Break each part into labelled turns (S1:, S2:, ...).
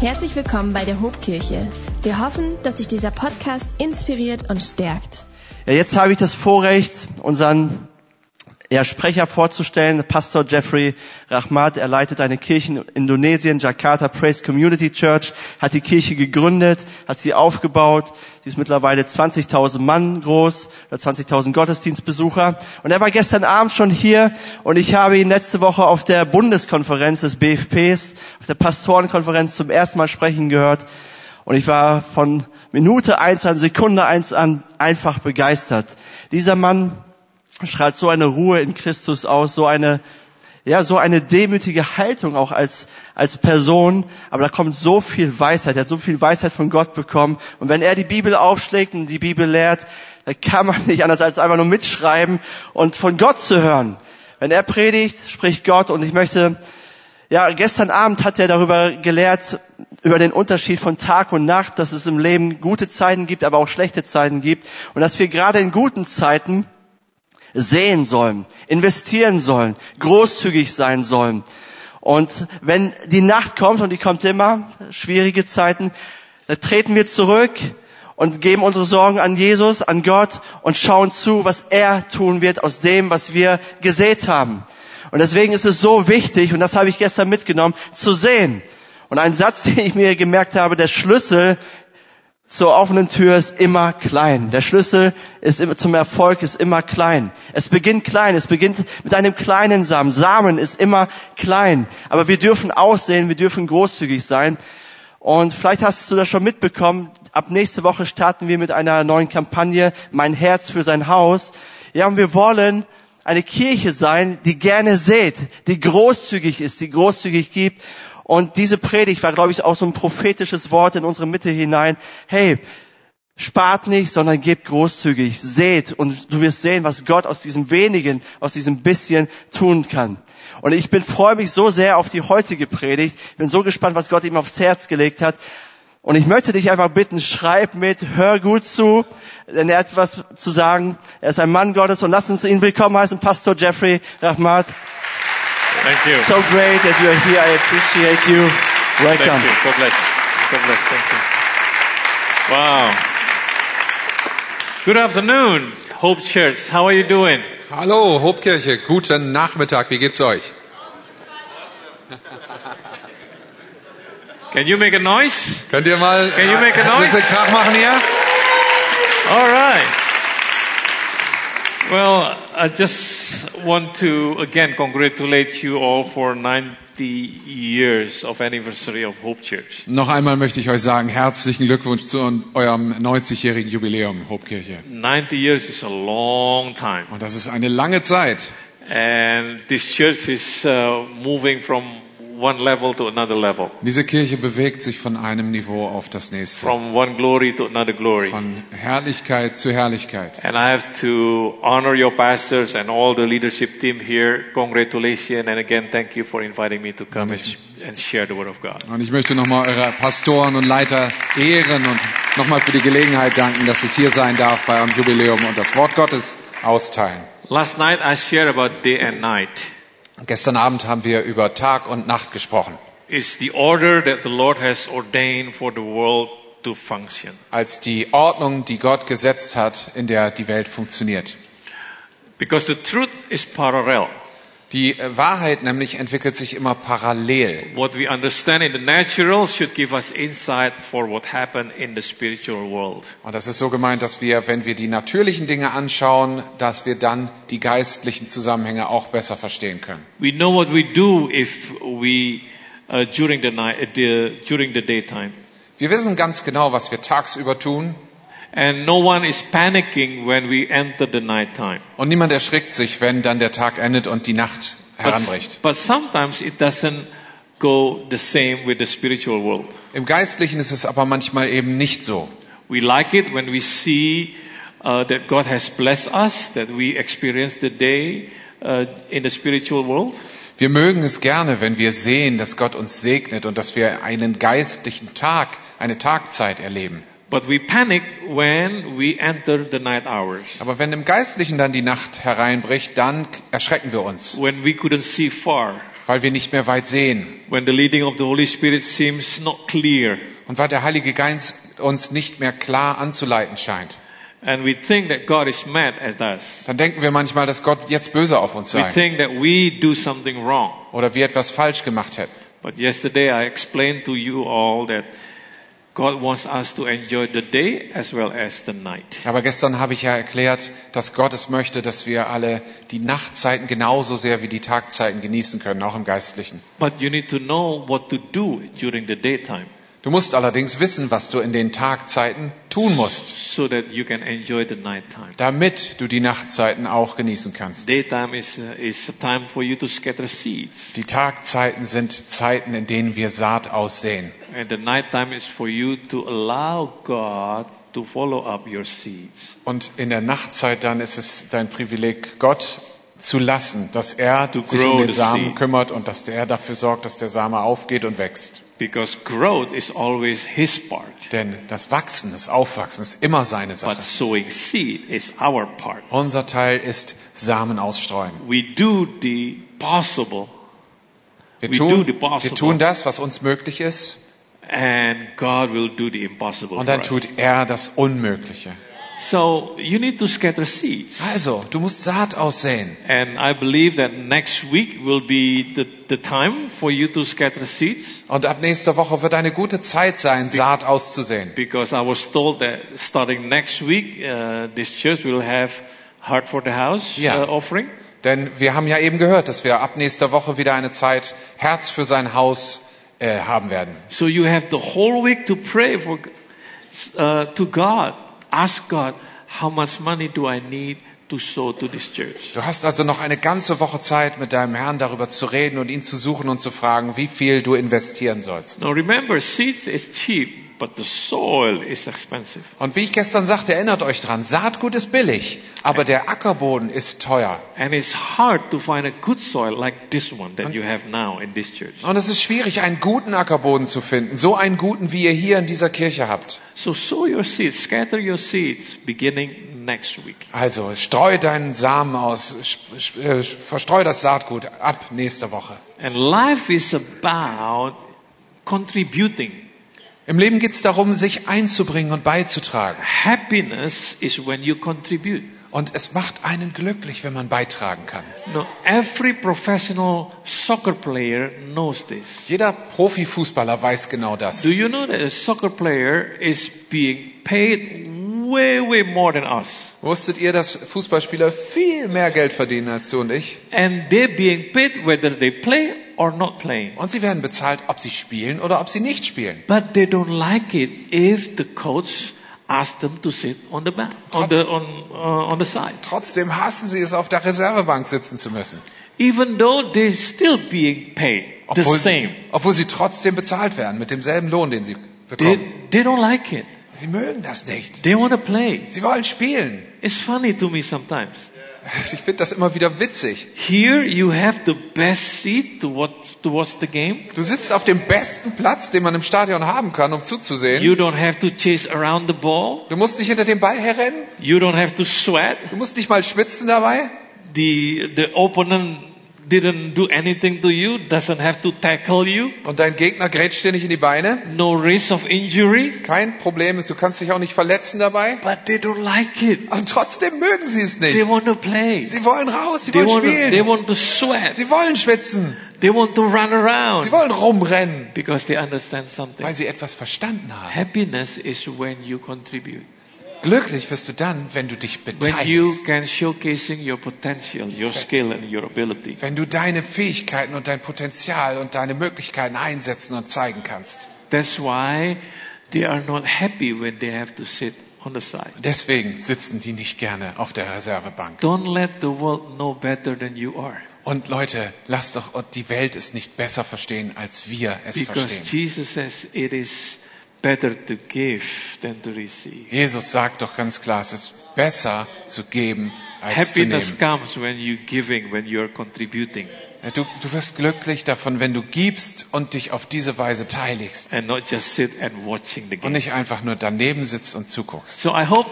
S1: Herzlich willkommen bei der Hobkirche. Wir hoffen, dass sich dieser Podcast inspiriert und stärkt.
S2: Ja, jetzt habe ich das Vorrecht, unseren ja, Sprecher vorzustellen, Pastor Jeffrey Rahmat. Er leitet eine Kirche in Indonesien, Jakarta Praise Community Church, hat die Kirche gegründet, hat sie aufgebaut. Sie ist mittlerweile 20.000 Mann groß, oder 20.000 Gottesdienstbesucher. Und er war gestern Abend schon hier und ich habe ihn letzte Woche auf der Bundeskonferenz des BFPs, auf der Pastorenkonferenz zum ersten Mal sprechen gehört. Und ich war von Minute eins an, Sekunde eins an einfach begeistert. Dieser Mann strahlt so eine Ruhe in Christus aus, so eine, ja, so eine demütige Haltung auch als, als Person. Aber da kommt so viel Weisheit. Er hat so viel Weisheit von Gott bekommen. Und wenn er die Bibel aufschlägt und die Bibel lehrt, dann kann man nicht anders als einfach nur mitschreiben und von Gott zu hören. Wenn er predigt, spricht Gott. Und ich möchte ja, gestern Abend hat er darüber gelehrt, über den Unterschied von Tag und Nacht, dass es im Leben gute Zeiten gibt, aber auch schlechte Zeiten gibt und dass wir gerade in guten Zeiten sehen sollen, investieren sollen, großzügig sein sollen. Und wenn die Nacht kommt, und die kommt immer, schwierige Zeiten, dann treten wir zurück und geben unsere Sorgen an Jesus, an Gott und schauen zu, was er tun wird aus dem, was wir gesät haben. Und deswegen ist es so wichtig, und das habe ich gestern mitgenommen, zu sehen. Und ein Satz, den ich mir gemerkt habe, der Schlüssel zur offenen Tür ist immer klein. Der Schlüssel ist immer, zum Erfolg ist immer klein. Es beginnt klein. Es beginnt mit einem kleinen Samen. Samen ist immer klein. Aber wir dürfen aussehen. Wir dürfen großzügig sein. Und vielleicht hast du das schon mitbekommen. Ab nächste Woche starten wir mit einer neuen Kampagne. Mein Herz für sein Haus. Ja, und wir wollen eine Kirche sein, die gerne sät, die großzügig ist, die großzügig gibt. Und diese Predigt war, glaube ich, auch so ein prophetisches Wort in unsere Mitte hinein. Hey, spart nicht, sondern gebt großzügig, seht und du wirst sehen, was Gott aus diesem wenigen, aus diesem bisschen tun kann. Und ich bin, freue mich so sehr auf die heutige Predigt. Ich bin so gespannt, was Gott ihm aufs Herz gelegt hat. Und ich möchte dich einfach bitten, schreib mit, hör gut zu, denn er hat was zu sagen. Er ist ein Mann Gottes und lasst uns ihn willkommen heißen, Pastor Jeffrey Rahmat.
S3: Thank you.
S2: So great that you are here. I appreciate you.
S3: Thank
S2: Welcome.
S3: you. God bless. God bless. Thank you. Wow. Good afternoon, Hope Church. How are you doing?
S4: Hallo, Hobkirche, guten Nachmittag, wie geht's euch?
S3: Can you make a noise?
S4: Könnt ihr mal
S3: Can you make a
S4: äh, ein bisschen
S3: noise?
S4: Krach machen hier?
S3: All right. Well, I just want to again congratulate you all for 90 years of anniversary of Hope Church.
S4: Noch einmal möchte ich euch sagen, herzlichen Glückwunsch zu eurem 90-jährigen Jubiläum, Hobkirche.
S3: 90 years is a long time.
S4: Und das ist eine lange Zeit.
S3: And this church is uh, moving from one level to another level.
S4: Diese Kirche bewegt sich von einem Niveau auf das nächste,
S3: from one glory to another glory.
S4: von Herrlichkeit zu Herrlichkeit.
S3: And I have to honor your pastors and all the leadership team here. Congratulations. And again, thank you for inviting me to come and, sh- and share the word of God.
S4: Und ich möchte nochmal eure Pastoren und Leiter ehren und nochmal für die Gelegenheit danken, dass ich hier sein darf bei eurem Jubiläum und das Wort Gottes austeilen.
S3: Last night, I shared about day and night.
S4: Gestern Abend haben wir über Tag und Nacht gesprochen.
S3: It's the order that the Lord has ordained for the world to function.
S4: als die Ordnung, die Gott gesetzt hat, in der die Welt funktioniert.
S3: Because the truth is parallel.
S4: Die äh, Wahrheit nämlich entwickelt sich immer parallel.
S3: What we understand in the natural should give us insight for what happened in the spiritual world.
S4: Und das ist so gemeint, dass wir, wenn wir die natürlichen Dinge anschauen, dass wir dann die geistlichen Zusammenhänge auch besser verstehen können.
S3: We know what we do if we uh, during the night, uh, the, during the daytime,
S4: Wir wissen ganz genau, was wir tagsüber tun
S3: and no one is panicking when we enter the nighttime.
S4: und niemand erschrickt sich, wenn dann der Tag endet und die Nacht
S3: But,
S4: heranbricht.
S3: but sometimes it doesn't go the same with the spiritual world.
S4: Im Geistlichen ist es aber manchmal eben nicht so.
S3: We like it when we see uh, that God has blessed us, that we experience the day uh, in the spiritual world.
S4: Wir mögen es gerne, wenn wir sehen, dass Gott uns segnet und dass wir einen geistlichen Tag, eine Tagzeit erleben.
S3: But we panic when we enter the night hours,
S4: Aber wenn im Geistlichen dann die Nacht hereinbricht, dann erschrecken wir uns,
S3: when we couldn't see far,
S4: weil wir nicht mehr weit sehen
S3: when the leading of the Holy Spirit seems not clear,
S4: und weil der Heilige Geist uns nicht mehr klar anzuleiten scheint.
S3: and we think that God is mad at us.
S4: Dann denken wir manchmal, dass Gott jetzt böse auf uns
S3: We
S4: sei
S3: think that we do something wrong.
S4: oder wir etwas falsch gemacht hätten.
S3: But yesterday I explained to you all that God wants us to enjoy the day as well as the night.
S4: Aber gestern habe ich ja erklärt, dass Gott es möchte, dass wir alle die Nachtzeiten genauso sehr wie die Tagzeiten genießen können, auch im Geistlichen.
S3: But you need to know what to do during the daytime
S4: Du musst allerdings wissen, was du in den Tagzeiten tun musst,
S3: so that you can enjoy the nighttime.
S4: damit du die Nachtzeiten auch genießen kannst.
S3: Daytime is, uh, is a time for you to scatter seeds,
S4: Die Tagzeiten sind Zeiten, in denen wir Saat aussehen.
S3: and the nighttime is for you to allow God to follow up your seeds.
S4: Und in der Nachtzeit dann ist es dein Privileg, Gott zu lassen, dass er
S3: To
S4: sich
S3: grow
S4: um den
S3: the
S4: Samen
S3: seed.
S4: kümmert und dass er dafür sorgt, dass der Same aufgeht und wächst.
S3: Because growth is always his part,
S4: Denn das Wachsen, das Aufwachsen ist immer seine Sache.
S3: but sowing seed is our part.
S4: Unser Teil ist Samen ausstreuen.
S3: We do the possible,
S4: Wir
S3: We
S4: tun,
S3: do the possible.
S4: wir tun das, was uns möglich ist,
S3: and God will do the impossible.
S4: und dann
S3: for us.
S4: tut er das Unmögliche.
S3: So you need to scatter seeds.
S4: Also, du musst Saat aussehen.
S3: And I believe that next week will be the, the time for you to scatter seeds
S4: Und ab nächster Woche wird eine gute Zeit sein, Saat auszusehen.
S3: because I was told that starting next week, uh, this church will have Heart for the House
S4: Yeah.
S3: uh, offering.
S4: Denn wir haben ja eben gehört, dass wir ab nächster Woche wieder eine Zeit Herz für sein Haus äh, haben werden.
S3: So you have the whole week to pray for, uh, to God. Ask God, how much money do I need to sow to this church?
S4: Du hast also noch eine ganze Woche Zeit, mit deinem Herrn darüber zu reden und ihn zu suchen und zu fragen, wie viel du investieren sollst.
S3: Now remember, seeds is cheap, but the soil is expensive.
S4: Und wie ich gestern sagte, erinnert euch dran, Saatgut ist billig, aber der Ackerboden ist teuer.
S3: And it's hard to find a good soil like this one that you have now in this church.
S4: Und es ist schwierig, einen guten Ackerboden zu finden, so einen guten, wie ihr hier in dieser Kirche habt.
S3: So sow your seeds, scatter your seeds beginning next week.
S4: Also streu deinen Samen aus, sch- sch- äh, verstreu das Saatgut ab nächster Woche.
S3: And life is about contributing.
S4: Im Leben geht's darum, sich einzubringen und beizutragen.
S3: Happiness is when you contribute.
S4: Und es macht einen glücklich, wenn man beitragen kann.
S3: No, every professional soccer player knows this.
S4: Jeder Profifußballer weiß genau das.
S3: Do you know that a soccer player is being paid way, way more than us?
S4: Wusstet ihr, dass Fußballspieler viel mehr Geld verdienen als du und ich?
S3: And they're being paid whether they play or not playing.
S4: Und sie werden bezahlt, ob sie spielen oder ob sie nicht spielen.
S3: But they don't like it if the coach asks them to sit on the back, on the, on, uh, on the side.
S4: Trotzdem hassen sie es, auf der Reservebank sitzen zu müssen.
S3: Even though they're still being paid the
S4: Obwohl,
S3: same.
S4: obwohl sie trotzdem bezahlt werden, mit demselben Lohn, den sie
S3: They,
S4: bekommen.
S3: they don't like it.
S4: Sie mögen das nicht.
S3: They want to play.
S4: Sie wollen spielen.
S3: It's funny to me sometimes.
S4: Also Ich finde das immer wieder witzig.
S3: Here you have the best seat to watch, to watch the game.
S4: Du sitzt auf dem besten Platz, den man im Stadion haben kann, um zuzusehen.
S3: You don't have to chase around the ball.
S4: Du musst nicht hinter dem Ball herrennen.
S3: You don't have to sweat.
S4: Du musst nicht mal schwitzen dabei.
S3: The, the opponent didn't do anything to you, doesn't have to tackle you.
S4: Und dein Gegner grätscht dir nicht in die Beine.
S3: No risk of injury.
S4: Kein Problem ist, du kannst dich auch nicht verletzen dabei.
S3: But they don't like it.
S4: Und trotzdem mögen sie es
S3: They
S4: nicht.
S3: want to play.
S4: Sie wollen raus, sie
S3: They
S4: wollen
S3: want to, they
S4: spielen.
S3: want to sweat.
S4: Sie wollen schwitzen.
S3: They want to run around.
S4: Sie wollen rumrennen,
S3: Because they understand something.
S4: weil sie etwas verstanden haben.
S3: Happiness is when you contribute.
S4: Glücklich wirst du dann, wenn du dich
S3: When you
S4: beteiligst.
S3: can showcasing your potential, your skill and your ability.
S4: Wenn du deine Fähigkeiten und dein Potenzial und deine Möglichkeiten einsetzen und zeigen kannst.
S3: That's why they are not happy when they have to sit on the side.
S4: Deswegen sitzen die nicht gerne auf der Reservebank.
S3: Don't let the world know better than you are.
S4: Und Leute, lasst doch und die Welt es nicht besser verstehen, als wir es
S3: Because
S4: verstehen.
S3: Jesus says it is better to give than to receive.
S4: Jesus sagt doch ganz klar, es ist besser zu geben als zu
S3: Happiness
S4: nehmen.
S3: comes when you're giving, when you're contributing,
S4: Du, du wirst glücklich davon, wenn du gibst und dich auf diese Weise teiligst
S3: and not just sit and watching the
S4: und
S3: game.
S4: nicht einfach nur daneben sitzt und zuguckst.
S3: So I hope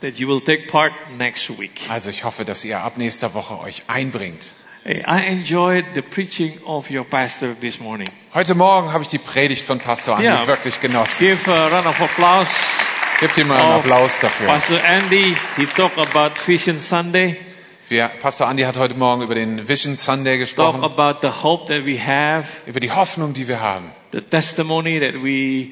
S3: that you will take part next week.
S4: Also ich hoffe, dass ihr ab nächster Woche euch einbringt.
S3: Eh, I enjoyed the preaching of your pastor this morning.
S4: Heute Morgen habe ich die Predigt von Pastor Andi
S3: Ja.
S4: wirklich genossen.
S3: Give a round of applause.
S4: Gebt ihm mal einen
S3: of
S4: Applaus dafür.
S3: Pastor Andy, he talked about Vision Sunday,
S4: Wir, Pastor Andi hat heute Morgen über den Vision Sunday
S3: talked
S4: gesprochen,
S3: about the hope that we have,
S4: über die Hoffnung, die wir haben
S3: the testimony that we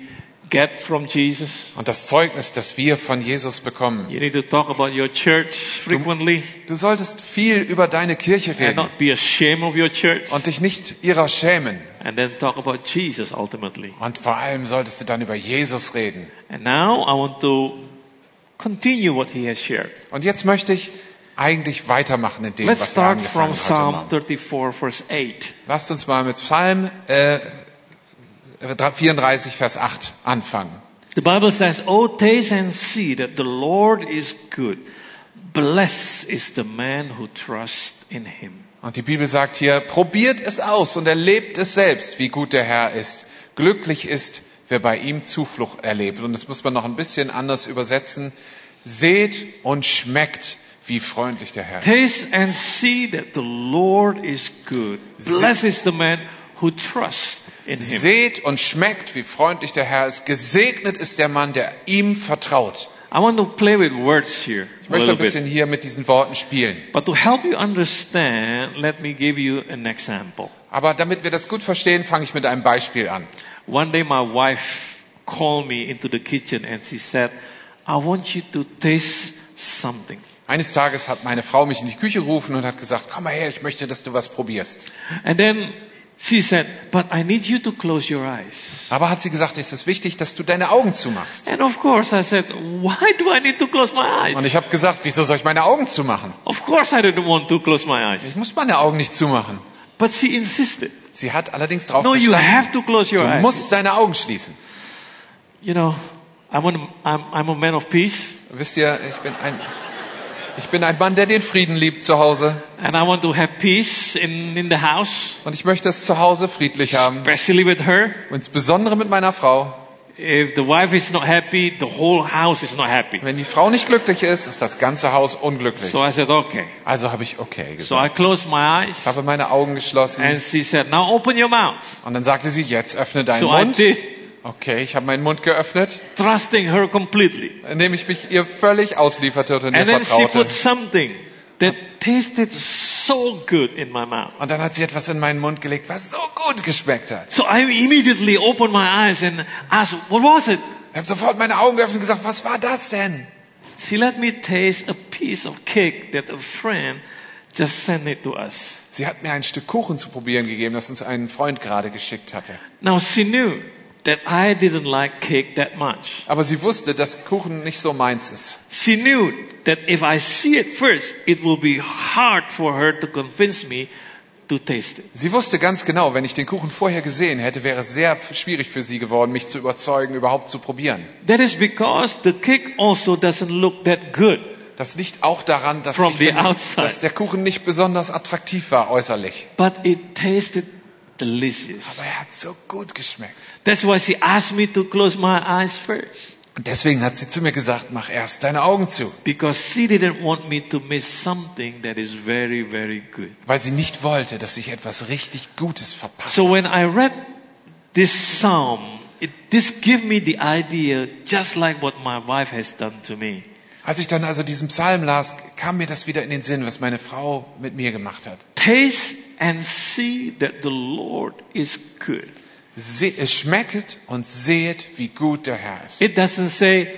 S3: get from Jesus.
S4: und das Zeugnis, das wir von Jesus bekommen.
S3: You need to talk about your church frequently
S4: Du solltest viel über deine Kirche
S3: and
S4: reden
S3: not be ashamed of your church.
S4: und dich nicht ihrer schämen.
S3: And then talk about Jesus ultimately.
S4: Und vor allem solltest du dann über Jesus reden.
S3: And now I want to continue what he has shared.
S4: Und jetzt möchte ich eigentlich weitermachen in dem,
S3: Let's
S4: was wir
S3: start
S4: angefangen
S3: from Psalm
S4: haben.
S3: 34, verse 8.
S4: Lasst uns mal mit Psalm äh, 34, Vers 8 anfangen.
S3: The Bible says, Oh, taste and see that the Lord is good. Blessed is the man who trusts in him.
S4: Und die Bibel sagt hier, probiert es aus und erlebt es selbst, wie gut der Herr ist. Glücklich ist, wer bei ihm Zuflucht erlebt. Und das muss man noch ein bisschen anders übersetzen. Seht und schmeckt, wie freundlich der Herr ist.
S3: Taste and see that the Lord is good. Blessed is the man who trusts in him.
S4: Seht und schmeckt, wie freundlich der Herr ist. Gesegnet ist der Mann, der ihm vertraut.
S3: I want to play with words here
S4: Ich
S3: a
S4: möchte
S3: little
S4: ein bisschen
S3: bit.
S4: hier mit diesen Worten spielen.
S3: But to help you understand, let me give you an example.
S4: Aber damit wir das gut verstehen, fange ich mit einem Beispiel an.
S3: One day my wife called me into the kitchen and she said, I want you to taste something.
S4: Eines Tages hat meine Frau mich in die Küche gerufen und hat gesagt, komm mal her, ich möchte, dass du was probierst.
S3: And then she said, But I need you to close your eyes.
S4: Aber hat sie gesagt, es ist wichtig, dass du deine Augen zumachst.
S3: And of course I said, Why do I need to close my
S4: Und
S3: eyes?
S4: ich habe gesagt, wieso soll ich meine Augen zumachen?
S3: Of course I didn't want to close my eyes.
S4: Ich muss meine Augen nicht zumachen.
S3: But she insisted.
S4: Sie hat allerdings drauf
S3: No, you
S4: bestanden,
S3: have to close your
S4: du
S3: eyes.
S4: musst deine Augen schließen.
S3: You know, I'm, an, I'm, I'm a man of peace
S4: Wisst ihr, ich bin ein, ich bin ein Mann, der den Frieden liebt zu Hause.
S3: and I want to have peace in, in the house,
S4: Und ich möchte es zu Hause friedlich haben.
S3: especially with her.
S4: Und insbesondere mit meiner Frau.
S3: If the wife is not happy, the whole house is not happy.
S4: Wenn die Frau nicht glücklich ist, ist das ganze Haus unglücklich.
S3: So I said, Okay.
S4: Also habe ich okay
S3: So
S4: gesagt.
S3: I closed my
S4: Ich
S3: eyes
S4: habe meine Augen geschlossen.
S3: and she said, Now open your mouth.
S4: Und dann sagte sie, jetzt öffne deinen
S3: So I
S4: Mund.
S3: did,
S4: Okay, ich habe meinen Mund geöffnet,
S3: trusting her completely.
S4: indem ich mich ihr völlig auslieferte und ihr
S3: And then she
S4: vertraute.
S3: put something that tasted so good in my mouth.
S4: Und dann hat sie etwas in meinen Mund gelegt, was so gut geschmeckt hat.
S3: So I immediately opened my eyes and asked, what was it?
S4: Ich habe sofort meine Augen geöffnet und gesagt, was war das denn?
S3: She let me taste a piece of cake that a friend just sent it to us.
S4: Sie hat mir ein Stück Kuchen zu probieren gegeben, das uns ein Freund gerade geschickt hatte.
S3: Now she knew that I didn't like cake that much.
S4: Aber sie wusste, dass Kuchen nicht so meins ist.
S3: She knew that if I see it first, it will be hard for her to convince me to taste it.
S4: Sie wusste ganz genau, wenn ich den Kuchen vorher gesehen hätte, wäre es sehr schwierig für sie geworden, mich zu überzeugen, überhaupt zu probieren.
S3: That is because the cake also doesn't look that good.
S4: Das liegt auch daran, dass,
S3: From
S4: ich,
S3: the outside.
S4: dass der Kuchen nicht besonders attraktiv war äußerlich.
S3: But it tasted delicious.
S4: Aber er hat so gut geschmeckt.
S3: That's why she asked me to close my eyes first.
S4: Und deswegen hat sie zu mir gesagt, mach erst deine Augen zu.
S3: Because she didn't want me to miss something that is very, very good.
S4: Weil sie nicht wollte, dass ich etwas richtig Gutes verpasse.
S3: So when I read this psalm, it, this gave me the idea just like what my wife has done to me.
S4: Als ich dann also diesen Psalm las, kam mir das wieder in den Sinn, was meine Frau mit mir gemacht hat.
S3: Taste and see that the Lord is good.
S4: Se äh, schmecket und sehet, wie gut der Herr ist.
S3: It doesn't say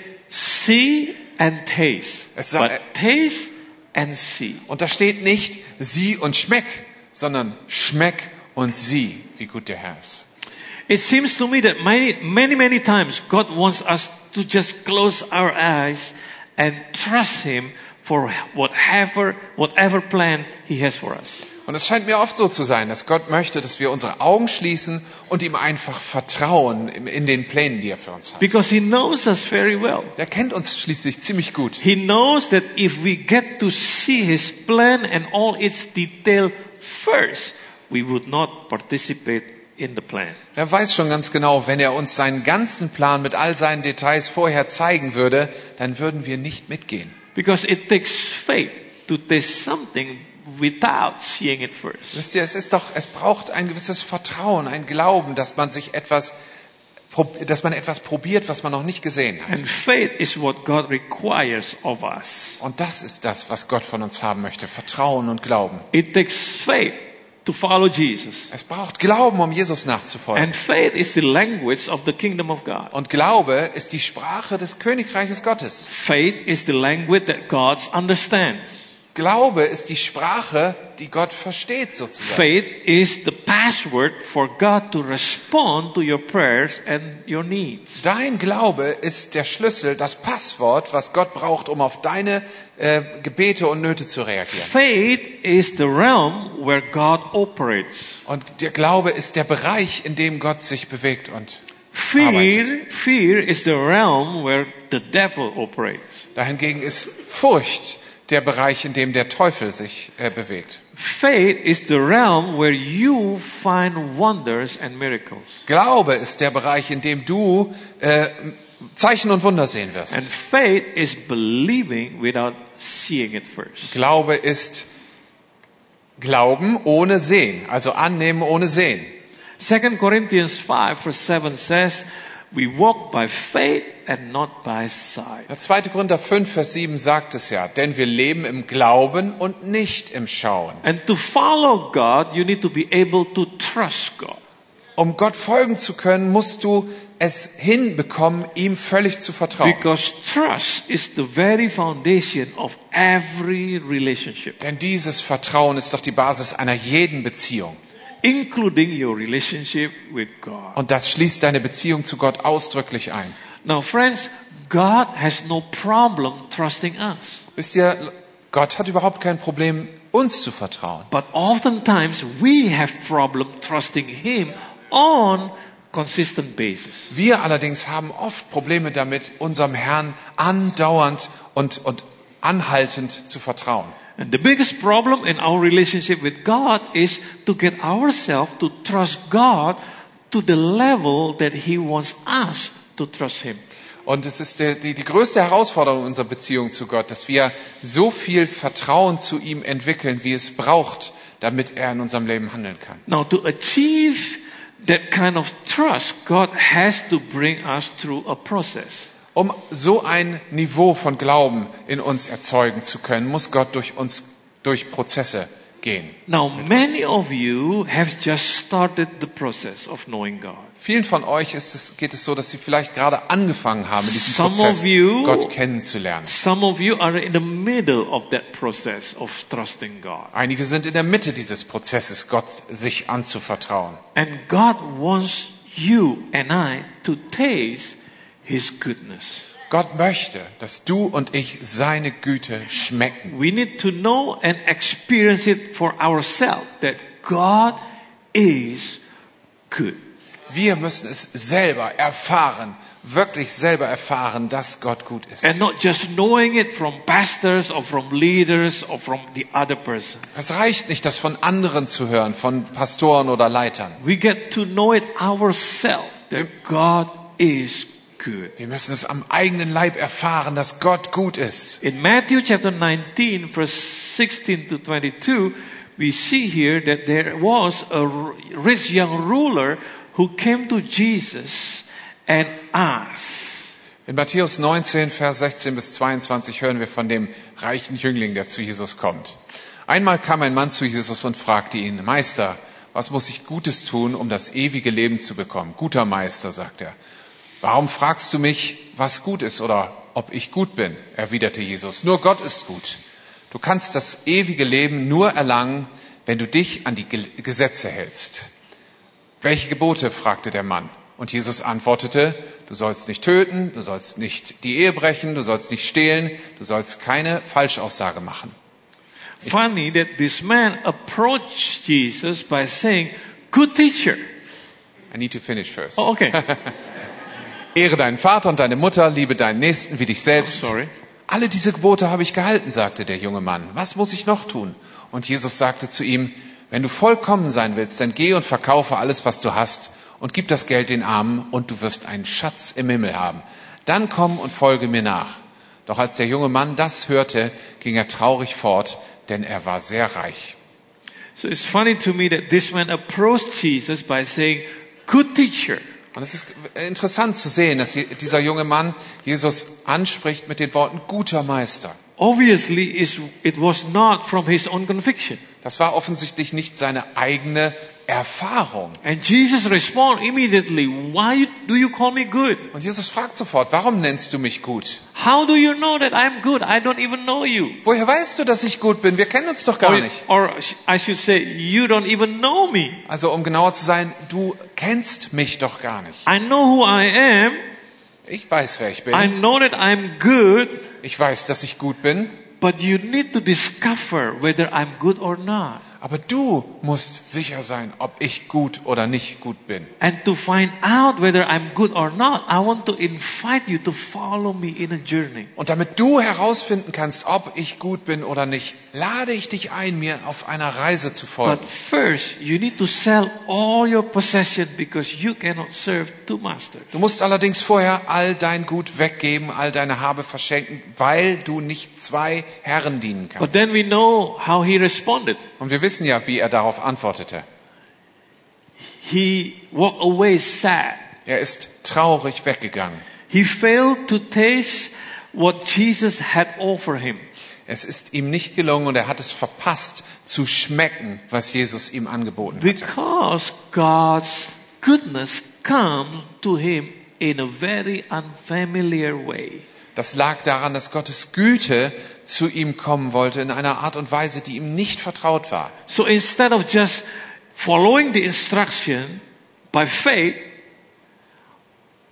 S3: see and taste,
S4: Es sagt-
S3: but taste and see.
S4: Und da steht nicht sie und schmeck, sondern schmeck und sieh, wie gut der Herr ist.
S3: It seems to me that many, many, many times God wants us to just close our eyes and trust Him for whatever, whatever plan He has for us.
S4: Und es scheint mir oft so zu sein, dass Gott möchte, dass wir unsere Augen schließen und ihm einfach vertrauen in- in den Plänen, die er für uns hat.
S3: Because He knows us very well.
S4: Er kennt uns schließlich ziemlich gut.
S3: He knows that if we get to see His plan and all its detail first, we would not participate in the plan.
S4: Er weiß schon ganz genau, wenn er uns seinen ganzen Plan mit all seinen Details vorher zeigen würde, dann würden wir nicht mitgehen.
S3: Because it takes faith to taste something without seeing it first.
S4: Wisst ihr, es ist doch, es braucht ein gewisses Vertrauen, ein Glauben, dass man sich etwas, prob- dass man etwas probiert, was man noch nicht gesehen hat.
S3: And faith is what God requires of us.
S4: Und das ist das, was Gott von uns haben möchte. Vertrauen und Glauben.
S3: It takes faith to follow Jesus.
S4: Es braucht Glauben, um Jesus nachzufolgen.
S3: And faith is the language of the kingdom of God.
S4: Und Glaube ist die Sprache des Königreiches Gottes.
S3: Faith is the language that God understands.
S4: Glaube ist die Sprache, die Gott versteht sozusagen.
S3: Faith is the password for God to respond to your prayers and your needs.
S4: Dein Glaube ist der Schlüssel, das Passwort, was Gott braucht, um auf deine äh, Gebete und Nöte zu reagieren.
S3: Faith is the realm where God operates.
S4: Und der Glaube ist der Bereich, in dem Gott sich bewegt und arbeitet.
S3: Fear, fear is the realm where the devil operates.
S4: Dahingegen ist Furcht der Bereich, in dem der Teufel sich äh, bewegt.
S3: Faith is the realm where you find wonders and miracles.
S4: Glaube ist der Bereich, in dem du äh, Zeichen und Wunder sehen wirst.
S3: And faith is believing without seeing it first.
S4: Glaube ist Glauben ohne Sehen, also annehmen ohne Sehen.
S3: 2 Corinthians 5 verse 7 says, we walk by faith and not by sight.
S4: Der 2. Korinther 5, Vers 7 sagt es ja, denn wir leben im Glauben und nicht im Schauen.
S3: And to follow God, you need to be able to trust God.
S4: Um Gott folgen zu können, musst du es hinbekommen, ihm völlig zu vertrauen.
S3: Because trust is the very foundation of every relationship,
S4: Denn dieses Vertrauen ist doch die Basis einer jeden Beziehung.
S3: including your relationship with God.
S4: Und das schließt deine Beziehung zu Gott ausdrücklich ein.
S3: Now, friends, God has no problem trusting us.
S4: Wisst ihr, Gott hat überhaupt kein Problem, uns zu vertrauen.
S3: But oftentimes we have problem trusting Him on consistent basis.
S4: Wir allerdings haben oft Probleme damit, unserem Herrn andauernd und, und anhaltend zu vertrauen.
S3: And the biggest problem in our relationship with God is to get ourselves to trust God to the level that He wants us to trust Him.
S4: Und es ist die, die, die größte Herausforderung unserer Beziehung zu Gott, dass wir so viel Vertrauen zu ihm entwickeln, wie es braucht, damit er in unserem Leben handeln kann.
S3: Now, to achieve that kind of trust, God has to bring us through a process.
S4: Um so ein Niveau von Glauben in uns erzeugen zu können, muss Gott durch uns durch Prozesse gehen.
S3: Now, many of you have just started the process of knowing God.
S4: Vielen von euch ist es, geht es so, dass sie vielleicht gerade angefangen haben, diesen
S3: Some
S4: Prozess
S3: of you-
S4: Gott kennenzulernen.
S3: Some of you are in the middle of that process of trusting God.
S4: Einige sind in der Mitte dieses Prozesses, Gott sich anzuvertrauen.
S3: And God wants you and I to taste His goodness.
S4: Gott möchte, dass du und ich seine Güte schmecken.
S3: We need to know and experience it for ourselves that God is good.
S4: Wir müssen es selber erfahren, wirklich selber erfahren, dass Gott gut ist.
S3: And not just knowing it from pastors or from leaders or from the other person.
S4: Es reicht nicht, das von anderen zu hören, von Pastoren oder Leitern.
S3: We get to know it ourselves that God is good.
S4: Wir müssen es am eigenen Leib erfahren, dass Gott gut ist.
S3: In Matthew chapter 19, verse 16 to 22, we see here that there was a r- rich young ruler who came to Jesus and asked,
S4: In Matthäus 19, Vers 16 bis 22 hören wir von dem reichen Jüngling, der zu Jesus kommt. Einmal kam ein Mann zu Jesus und fragte ihn, Meister, was muss ich Gutes tun, um das ewige Leben zu bekommen? Guter Meister, sagt er. Warum fragst du mich, was gut ist oder ob ich gut bin? erwiderte Jesus. Nur Gott ist gut. Du kannst das ewige Leben nur erlangen, wenn du dich an die Ge- Gesetze hältst. Welche Gebote? fragte der Mann. Und Jesus antwortete, du sollst nicht töten, du sollst nicht die Ehe brechen, du sollst nicht stehlen, du sollst keine Falschaussage machen.
S3: Funny that this man approached Jesus by saying, Good teacher.
S4: I need to finish first.
S3: Oh, okay.
S4: Ehre deinen Vater und deine Mutter, liebe deinen Nächsten wie dich selbst.
S3: Oh, sorry.
S4: Alle diese Gebote habe ich gehalten, sagte der junge Mann. Was muss ich noch tun? Und Jesus sagte zu ihm, wenn du vollkommen sein willst, dann geh und verkaufe alles, was du hast und gib das Geld den Armen und du wirst einen Schatz im Himmel haben. Dann komm und folge mir nach. Doch als der junge Mann das hörte, ging er traurig fort, denn er war sehr reich.
S3: So it's funny to me that this man approached Jesus by saying, Good teacher.
S4: Und es ist interessant zu sehen, dass dieser junge Mann Jesus anspricht mit den Worten guter Meister.
S3: Obviously, is- it was not from his own conviction.
S4: Das war offensichtlich nicht seine eigene Erfahrung.
S3: And Jesus responded immediately, Why do you call me good?
S4: Und Jesus fragt sofort, warum nennst du mich gut?
S3: How do you know that I'm good? I don't even know you.
S4: Woher weißt du, dass ich gut bin? Wir kennen uns doch gar
S3: Or,
S4: nicht.
S3: or sh- I should say, You don't even know me.
S4: Also um genauer zu sein, du kennst mich doch gar nicht.
S3: I know who I am.
S4: Ich weiß, wer ich
S3: I
S4: bin.
S3: know that I'm good.
S4: Ich weiß, dass ich gut bin.
S3: But you need to discover whether I'm good or not.
S4: Aber du musst sicher sein, ob ich gut oder nicht gut bin.
S3: And to find out whether I'm good or not, I want to invite you to follow me in a journey.
S4: Und damit du herausfinden kannst, ob ich gut bin oder nicht, lade ich dich ein, mir auf einer Reise zu folgen.
S3: But first, you need to sell all your possession because you cannot serve two masters.
S4: Du musst allerdings vorher all dein Gut weggeben, all deine Habe verschenken, weil du nicht zwei Herren dienen
S3: But
S4: kannst.
S3: then we know how he responded.
S4: Und wir wissen ja, wie er darauf antwortete.
S3: He walked away sad.
S4: Er ist traurig weggegangen.
S3: He failed to taste what Jesus had offered him.
S4: Es ist ihm nicht gelungen und er hat es verpasst, zu schmecken, was Jesus ihm angeboten hat.
S3: Because God's goodness comes to him in a very unfamiliar way.
S4: Das lag daran, dass Gottes Güte zu ihm kommen wollte in einer Art und Weise, die ihm nicht vertraut war.
S3: So instead of just following the instruction by faith,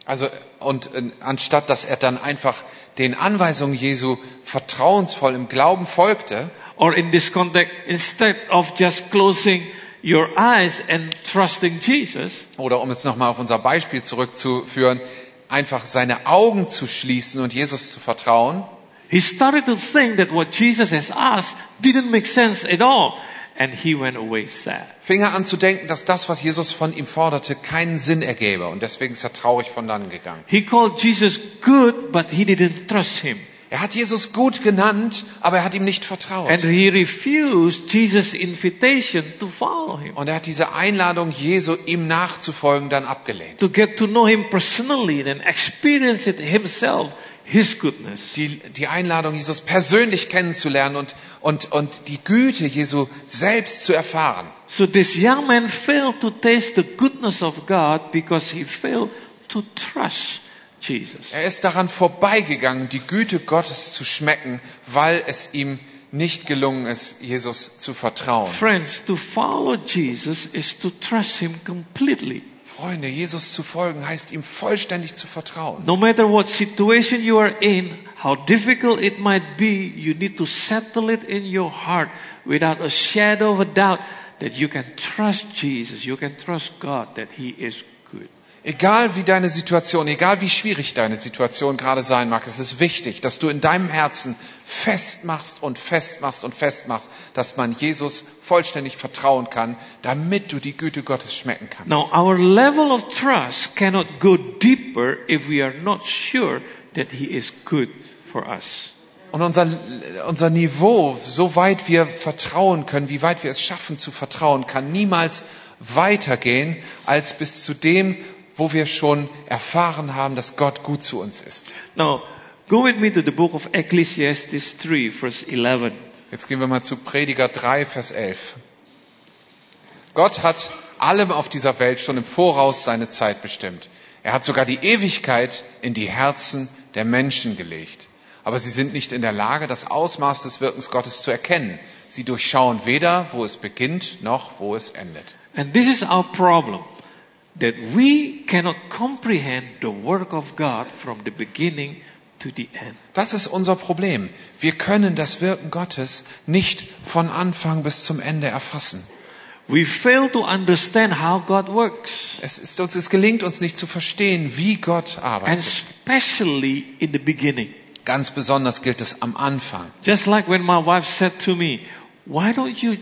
S4: Also, und äh, anstatt, dass er dann einfach den Anweisungen Jesu vertrauensvoll im Glauben folgte,
S3: or in this context, instead of just closing your eyes and trusting Jesus,
S4: oder um jetzt nochmal auf unser Beispiel zurückzuführen, einfach seine Augen zu schließen und Jesus zu vertrauen,
S3: he started to think that what Jesus has asked didn't make sense at all. And he went away sad.
S4: fing er an zu denken, dass das, was Jesus von ihm forderte, keinen Sinn ergäbe. Und deswegen ist er traurig von dannen gegangen.
S3: He called Jesus good, but he didn't trust him.
S4: Er hat Jesus gut genannt, aber er hat ihm nicht vertraut.
S3: And he refused Jesus' invitation to follow him,
S4: Und er hat diese Einladung Jesu, ihm nachzufolgen, dann abgelehnt.
S3: to get to know him personally and experience it himself, his goodness.
S4: Die, die Einladung, Jesus persönlich kennenzulernen und, und, und die Güte Jesu selbst zu erfahren.
S3: So this young man failed to taste the goodness of God because he failed to trust Jesus.
S4: Er ist daran vorbeigegangen, die Güte Gottes zu schmecken, weil es ihm nicht gelungen ist, Jesus zu vertrauen.
S3: Friends, to follow Jesus is to trust him completely.
S4: Freunde, Jesus zu folgen heißt ihm vollständig zu vertrauen.
S3: No matter what situation you are in, how difficult it might be, you need to settle it in your heart without a shadow of a doubt that you can trust Jesus, you can trust God, that He is good.
S4: Egal wie deine Situation, egal wie schwierig deine Situation gerade sein mag, es ist wichtig, dass du in deinem Herzen festmachst und festmachst und festmachst, dass man Jesus vollständig vertrauen kann, damit du die Güte Gottes schmecken kannst.
S3: Now, our level of trust cannot go deeper if we are not sure that He is good for us.
S4: Und unser, unser Niveau, so weit wir vertrauen können, wie weit wir es schaffen zu vertrauen, kann niemals weitergehen als bis zu dem, wo wir schon erfahren haben, dass Gott gut zu uns ist.
S3: Now, go with me to the book of Ecclesiastes 3, verse 11.
S4: Jetzt gehen wir mal zu Prediger 3, Vers 11. Gott hat allem auf dieser Welt schon im Voraus seine Zeit bestimmt. Er hat sogar die Ewigkeit in die Herzen der Menschen gelegt. Aber sie sind nicht in der Lage, das Ausmaß des Wirkens Gottes zu erkennen. Sie durchschauen weder, wo es beginnt, noch wo es endet.
S3: And this is our problem that we cannot comprehend the work of God from the beginning to the end.
S4: Das ist unser Problem. Wir können das Wirken Gottes nicht von Anfang bis zum Ende erfassen.
S3: We fail to understand how God works,
S4: Es, ist uns, es gelingt uns nicht zu verstehen, wie Gott arbeitet.
S3: and especially in the beginning.
S4: Ganz besonders gilt es am Anfang.
S3: Just like when my wife said to me, Why don't you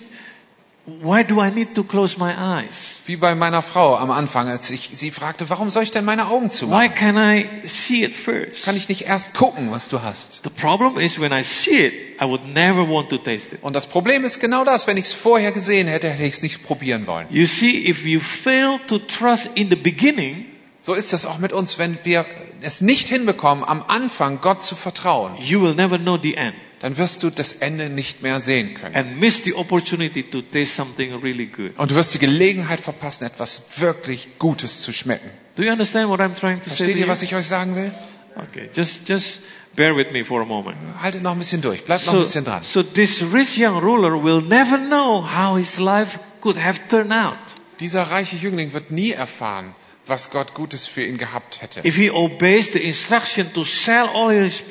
S3: Why do I need to close my eyes?
S4: Wie bei meiner Frau am Anfang, als ich sie fragte, warum soll ich denn meine Augen zumachen?
S3: Why can I see it first?
S4: Kann ich nicht erst gucken, was du hast?
S3: The problem is when I see it, I would never want to taste it.
S4: Und das Problem ist genau das. Wenn ich es vorher gesehen hätte, hätte ich es nicht probieren wollen.
S3: You see, if you fail to trust in the beginning,
S4: So ist das auch mit uns, wenn wir es nicht hinbekommen, am Anfang Gott zu vertrauen,
S3: you will never know the end
S4: dann wirst du das Ende nicht mehr sehen können.
S3: and miss the opportunity to taste something really good.
S4: Und du wirst die Gelegenheit verpassen, etwas wirklich Gutes zu schmecken.
S3: Do you understand what I'm trying to say?
S4: Versteht
S3: to
S4: ihr,
S3: you?
S4: was ich euch sagen will?
S3: Okay, just just bear with me for a moment.
S4: Haltet noch ein bisschen durch, bleibt noch ein
S3: So,
S4: bisschen dran.
S3: so this rich young ruler will never know how his life could have turned out
S4: Dieser reiche Jüngling wird nie erfahren, was Gott Gutes für ihn gehabt hätte.
S3: if he obeys the instruction to sell all his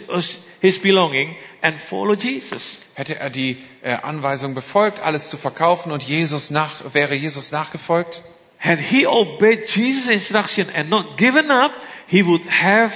S3: his belonging and follow Jesus.
S4: Hätte er die äh, Anweisung befolgt, alles zu verkaufen und Jesus nach, wäre Jesus nachgefolgt?
S3: Had he obeyed Jesus' instruction and not given up, he would have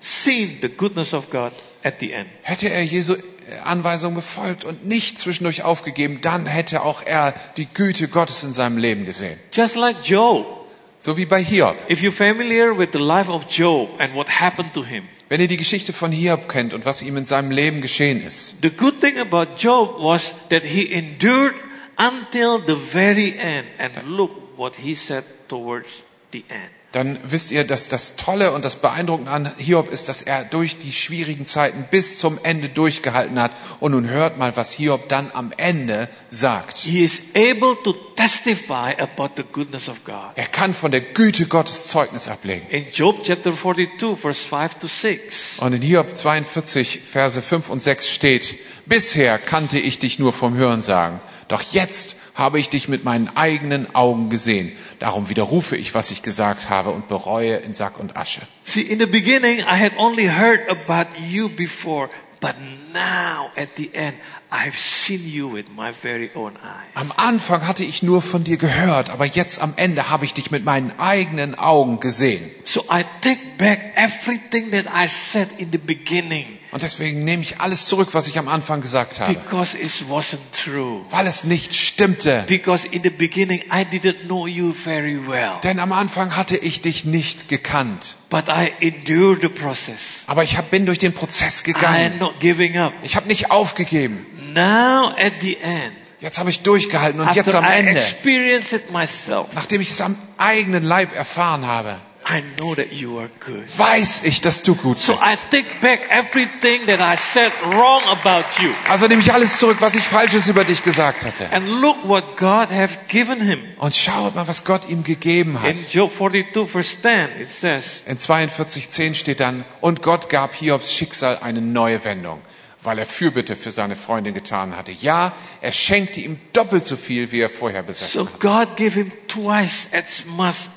S3: seen the goodness of God at the end.
S4: Hätte er Jesu äh, Anweisung befolgt und nicht zwischendurch aufgegeben, dann hätte auch er die Güte Gottes in seinem Leben gesehen.
S3: Just like Job.
S4: So wie bei Hiob.
S3: If you're familiar with the life of Job and what happened to him,
S4: Wenn ihr die Geschichte von Hiob kennt und was ihm in seinem Leben geschehen ist,
S3: the good thing about Job was that he endured until the very end. And look what he said towards the end.
S4: dann wisst ihr, dass das Tolle und das Beeindruckende an Hiob ist, dass er durch die schwierigen Zeiten bis zum Ende durchgehalten hat. Und nun hört mal, was Hiob dann am Ende sagt.
S3: He is able to testify about the goodness of God.
S4: Er kann von der Güte Gottes Zeugnis ablegen.
S3: In Job chapter 42, verse 5 to 6.
S4: Und in Hiob 42, Verse 5 und 6 steht, Bisher kannte ich dich nur vom Hören sagen, doch jetzt habe ich dich mit meinen eigenen Augen gesehen. Darum widerrufe ich, was ich gesagt habe und bereue in Sack und Asche.
S3: See, in the beginning, I had only heard about you before, but now at the end, I've seen you with my very own eyes.
S4: Am Anfang hatte ich nur von dir gehört, aber jetzt am Ende habe ich dich mit meinen eigenen Augen gesehen.
S3: So I take back everything that I said in the beginning
S4: Und deswegen nehme ich alles zurück, was ich am Anfang gesagt habe,
S3: because it wasn't true.
S4: weil es nicht stimmte.
S3: Because in the beginning, I didn't know you very well,
S4: Denn am Anfang hatte ich dich nicht gekannt,
S3: but I endured the process.
S4: aber ich hab- bin durch den Prozess
S3: I am
S4: gegangen.
S3: not giving up.
S4: Ich habe nicht aufgegeben.
S3: Now at the end,
S4: Jetzt habe ich durchgehalten und jetzt
S3: after
S4: am
S3: I
S4: Ende,
S3: experienced it myself,
S4: nachdem ich es am eigenen Leib erfahren habe,
S3: I know that you are good.
S4: weiß ich, dass du gut
S3: So
S4: bist.
S3: I take back everything that I said wrong about you.
S4: Also nehme ich alles zurück, was ich Falsches über dich gesagt hatte.
S3: And look what God have given him.
S4: Und schaut mal, was Gott ihm gegeben hat.
S3: In Job 42 verse 10 it says,
S4: In 42,10 steht dann, und Gott gab Hiobs Schicksal eine neue Wendung, weil er Fürbitte für seine Freunde getan hatte. Ja, er schenkte ihm doppelt so viel, wie er vorher besessen
S3: so
S4: hat.
S3: God gave him twice as much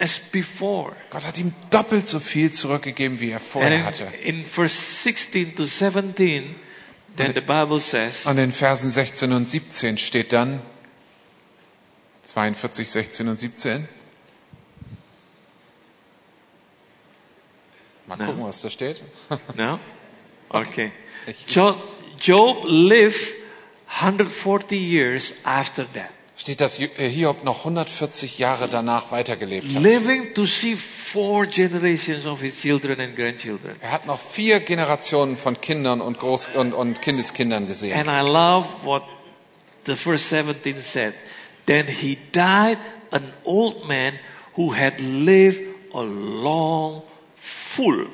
S3: as before.
S4: Gott hat ihm doppelt so viel zurückgegeben, wie er vorher
S3: And
S4: hatte.
S3: in, in verse 16 to 17 then the Bible says,
S4: An den Versen 16 und 17 steht dann, 42, 16 und 17. Mal gucken, was da steht.
S3: no? Okay. Job, Job lived 140 years after that,
S4: Steht, dass Ju- äh, Hiob noch 140 Jahre danach weitergelebt hat.
S3: living to see four generations of his children and grandchildren.
S4: Er hat noch vier Generationen von Kindern und, Groß und, und Kindeskindern gesehen.
S3: And I love what the verse 17 said. Then he died an old man who had lived a long, full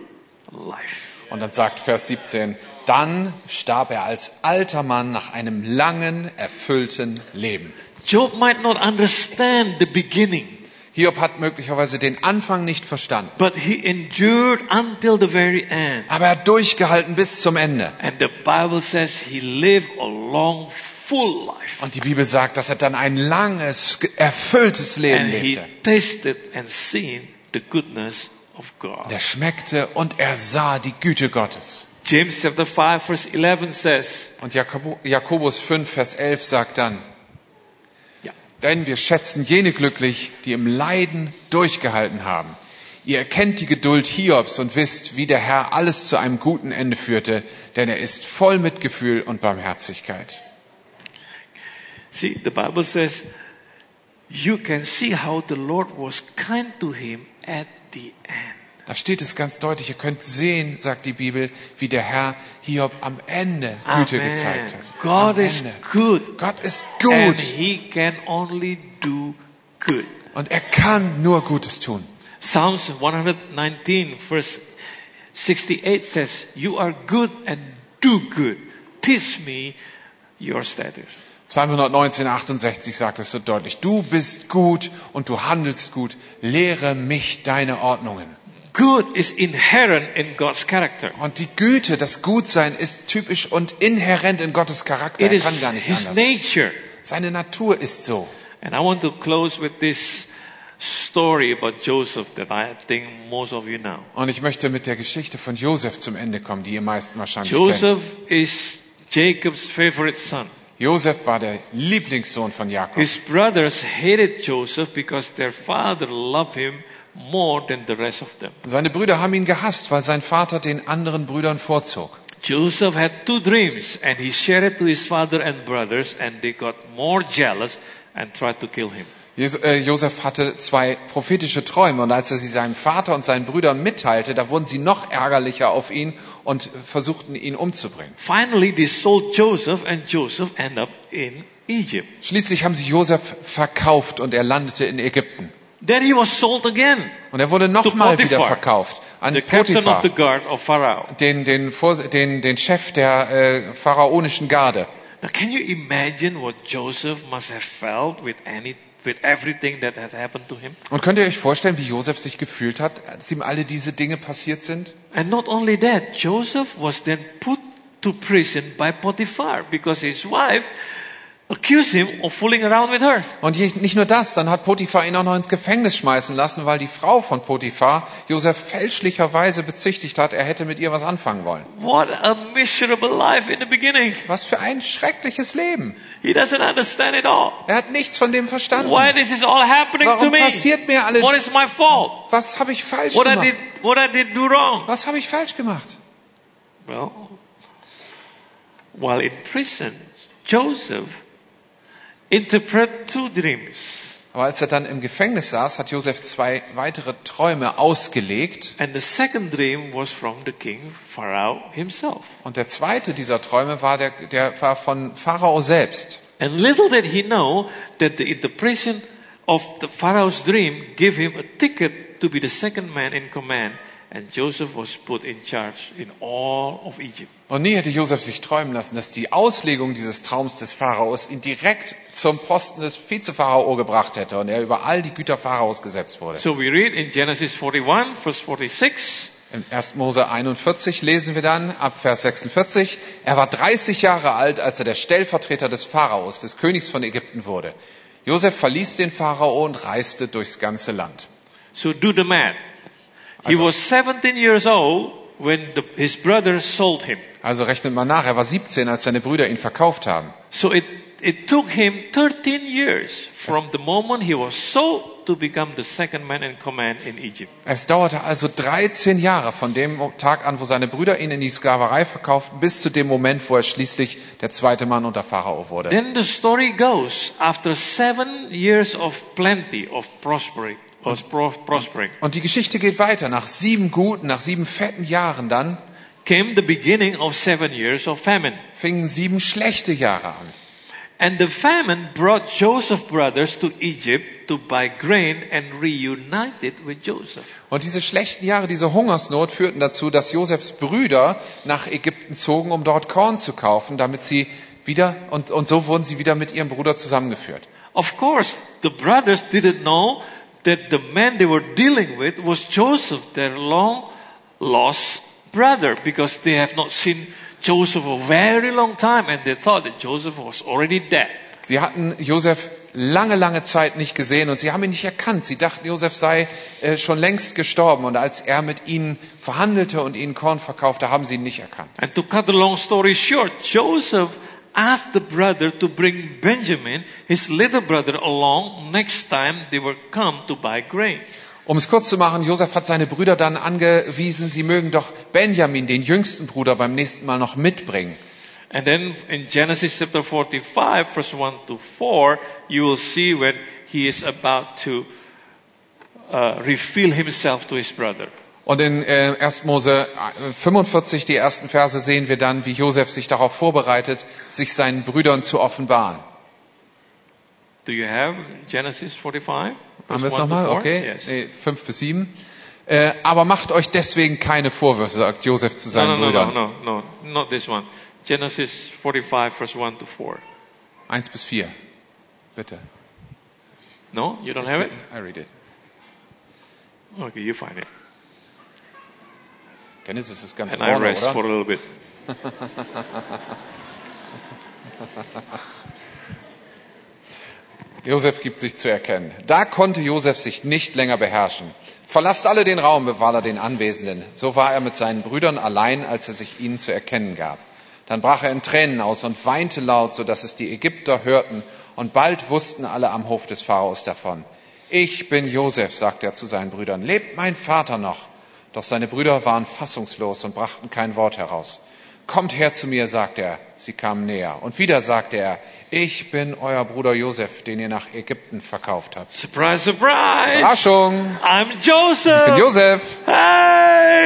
S3: life.
S4: Und dann sagt Vers 17, dann starb er als alter Mann nach einem langen, erfüllten Leben.
S3: Job might not understand the beginning,
S4: Hiob hat möglicherweise den Anfang nicht verstanden,
S3: but he endured until the very end.
S4: aber er hat durchgehalten bis zum Ende.
S3: And the Bible says he lived a long, full life.
S4: Und die Bibel sagt, dass er dann ein langes, ge- erfülltes Leben
S3: And he
S4: lebte.
S3: tasted and seen the goodness of God.
S4: Er schmeckte und er sah die Güte Gottes.
S3: James chapter 5 verse 11 says,
S4: Und Jakobo- Jakobus 5, Vers 11 sagt dann,
S3: Ja.
S4: denn wir schätzen jene glücklich, die im Leiden durchgehalten haben. Ihr erkennt die Geduld Hiobs und wisst, wie der Herr alles zu einem guten Ende führte, denn er ist voll Mitgefühl und Barmherzigkeit.
S3: See, the Bible says you can see how the Lord was kind to him at the end.
S4: Da steht es ganz deutlich, ihr könnt sehen, sagt die Bibel, wie der Herr Hiob am Ende Güte
S3: Amen.
S4: gezeigt hat.
S3: God
S4: am
S3: is
S4: Ende.
S3: good.
S4: Gott ist
S3: And
S4: gut
S3: he can only do good.
S4: und er kann nur Gutes tun.
S3: Psalms 119 verse 68 says, You are good and do good. Teach me your statutes.
S4: Psalm 119, 68 sagt es so deutlich. Du bist gut und du handelst gut. Lehre mich deine Ordnungen.
S3: Good is inherent in God's character.
S4: Und die Güte, das Gutsein ist typisch und inhärent in Gottes Charakter.
S3: It
S4: Er
S3: is
S4: kann gar nicht
S3: his
S4: anders.
S3: nature.
S4: Seine Natur ist so.
S3: And I want to close with this story about Joseph that I think most of you know.
S4: Und ich möchte mit der Geschichte von Josef zum Ende kommen, die ihr meisten wahrscheinlich kennt.
S3: Joseph is Jacob's favorite son.
S4: Josef war der Lieblingssohn von Jakob.
S3: His brothers hated Joseph because their father loved him more than the rest of them.
S4: Seine Brüder haben ihn gehasst, weil sein Vater den anderen Brüdern vorzog.
S3: Joseph had two dreams and he shared it to his father and brothers and they got more jealous and tried to kill him.
S4: Jes- äh, Josef hatte zwei prophetische Träume und als er sie seinem Vater und seinen Brüdern mitteilte, da wurden sie noch ärgerlicher auf ihn und versuchten ihn umzubringen.
S3: Finally, they sold Joseph and Joseph ended up in Egypt.
S4: Schließlich haben sie Josef verkauft und er landete in Ägypten.
S3: Then he was sold again
S4: Und er wurde
S3: to
S4: nochmal wieder
S3: Potiphar,
S4: verkauft an
S3: the captain of
S4: Potiphar,
S3: the guard of Pharaoh.
S4: den, den, Vorse- den, den Chef der äh, pharaonischen Garde.
S3: Now, can you imagine what Joseph must have felt with any, with everything that had happened to him?
S4: Und könnt ihr euch vorstellen, wie Josef sich gefühlt hat, als ihm alle diese Dinge passiert sind?
S3: And not only that, Joseph was then put to prison by Potiphar because his wife accused him of fooling around with her.
S4: Und je- nicht nur das, dann hat Potiphar ihn auch noch ins Gefängnis schmeißen lassen, weil die Frau von Potiphar Josef fälschlicherweise bezichtigt hat, er hätte mit ihr was anfangen wollen.
S3: What a miserable life in the beginning.
S4: Was für ein schreckliches Leben.
S3: He doesn't understand it all.
S4: Er hat nichts von dem verstanden.
S3: Why this is all happening to
S4: Warum
S3: me?
S4: passiert mir alles?
S3: What is my fault?
S4: Was habe ich falsch
S3: What I
S4: gemacht?
S3: did, what I did do wrong?
S4: Was habe ich falsch gemacht?
S3: Well, while in prison, Joseph interpreted two dreams,
S4: Aber als er dann im Gefängnis saß, hat Josef zwei weitere Träume ausgelegt.
S3: and the second dream was from the king Pharaoh himself.
S4: Und der zweite dieser Träume war, der, der war von Pharao selbst.
S3: And little did he know that the interpretation of the Pharaoh's dream gave him a ticket to be the second man in command, and Joseph was put in charge in all of Egypt.
S4: Und nie hätte Josef sich träumen lassen, dass die Auslegung dieses Traums des Pharaos ihn direkt zum Posten des Vizepharao gebracht hätte und er über all die Güter Pharaos gesetzt wurde.
S3: So we read in Genesis 41, verse 46.
S4: Im 1. Mose 41 lesen wir dann ab Vers 46, er war 30 Jahre alt, als er der Stellvertreter des Pharaos, des Königs von Ägypten wurde. Josef verließ den Pharao und reiste durchs ganze Land.
S3: So do the math. He was 17 years old when the, his brothers sold him.
S4: Also rechnet mal nach, er war 17, als seine Brüder ihn verkauft haben.
S3: So it, it took him 13 years from the moment he was sold to become the second man in command in Egypt.
S4: Es dauerte also 13 Jahre von dem Tag an, wo seine Brüder ihn in die Sklaverei verkauften, bis zu dem Moment, wo er schließlich der zweite Mann unter Pharao wurde.
S3: Then the story goes after seven years of plenty, of prospering, of pro- prospering
S4: Und die Geschichte geht weiter. Nach sieben guten, nach sieben fetten Jahren dann
S3: came the beginning of seven years of famine.
S4: fingen sieben schlechte Jahre an.
S3: And the famine brought Joseph's brothers to Egypt to buy grain and reunited with Joseph.
S4: Und diese schlechten Jahre, diese Hungersnot führten dazu, dass Josefs Brüder nach Ägypten zogen, um dort Korn zu kaufen, damit sie wieder, und, und so wurden sie wieder mit ihrem Bruder zusammengeführt.
S3: Of course, the brothers didn't know that the man they were dealing with was Joseph, their long lost brother, because they have not seen Joseph for a very long time and they thought that Joseph was already dead.
S4: Sie hatten Josef lange, lange Zeit nicht gesehen und sie haben ihn nicht erkannt. Sie dachten, Josef sei äh, schon längst gestorben und als er mit ihnen verhandelte und ihnen Korn verkaufte, haben sie ihn nicht erkannt.
S3: And to cut the long story short, Joseph asked the brother to bring Benjamin, his little brother, along next time they were come to buy grain.
S4: Um es kurz zu machen, Josef hat seine Brüder dann angewiesen, sie mögen doch Benjamin, den jüngsten Bruder, beim nächsten Mal noch mitbringen.
S3: And then in Genesis chapter 45, verse 1 to 4, you will see when he is about to uh, reveal himself to his brother.
S4: Und in äh, 1. Mose 45, die ersten Verse, sehen wir dann, wie Josef sich darauf vorbereitet, sich seinen Brüdern zu offenbaren.
S3: Do you have Genesis 45?
S4: Haben
S3: verse
S4: wir
S3: 1
S4: es
S3: to
S4: nochmal?
S3: 4?
S4: Okay.
S3: Yes.
S4: Nee, fünf bis sieben. Äh, aber macht euch deswegen keine Vorwürfe, sagt Josef zu seinen
S3: no, no,
S4: Brüdern.
S3: no, no, no, no, not this one. Genesis 45, verse 1 to 4.
S4: Eins bis vier. Bitte.
S3: No, you don't have it?
S4: I read it.
S3: Okay, you find it.
S4: Genesis ist ganz
S3: And I
S4: vorne,
S3: rest
S4: oder?
S3: for a little bit.
S4: Josef gibt sich zu erkennen. Da konnte Josef sich nicht länger beherrschen. Verlasst alle den Raum, befahl er den Anwesenden. So war er mit seinen Brüdern allein, als er sich ihnen zu erkennen gab. Dann brach er in Tränen aus und weinte laut, so dass es die Ägypter hörten, und bald wussten alle am Hof des Pharaos davon. Ich bin Josef, sagte er zu seinen Brüdern. Lebt mein Vater noch? Doch seine Brüder waren fassungslos und brachten kein Wort heraus. Kommt her zu mir, sagte er. Sie kamen näher. Und wieder sagte er, ich bin euer Bruder Josef, den ihr nach Ägypten verkauft habt.
S3: Surprise, surprise!
S4: Überraschung!
S3: I'm Joseph!
S4: Ich bin Josef.
S3: Hey!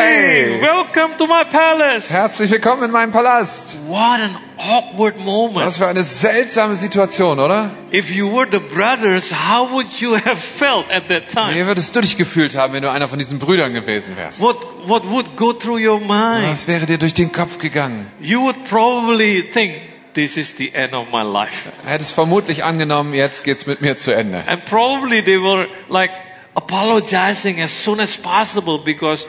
S4: Hey.
S3: Welcome to my palace!
S4: Herzlich willkommen in meinem Palast.
S3: What an awkward moment.
S4: Was für eine seltsame Situation, oder?
S3: If you were the brothers, how would you have felt at that time?
S4: Wie würdest du dich gefühlt haben, wenn du einer von diesen Brüdern gewesen wärst?
S3: What, what would go through your mind?
S4: Was wäre dir durch den Kopf gegangen?
S3: You would probably think, this is the end of my life.
S4: Hättest vermutlich angenommen, jetzt geht's mit mir zu Ende.
S3: And probably they were like apologizing as soon as possible because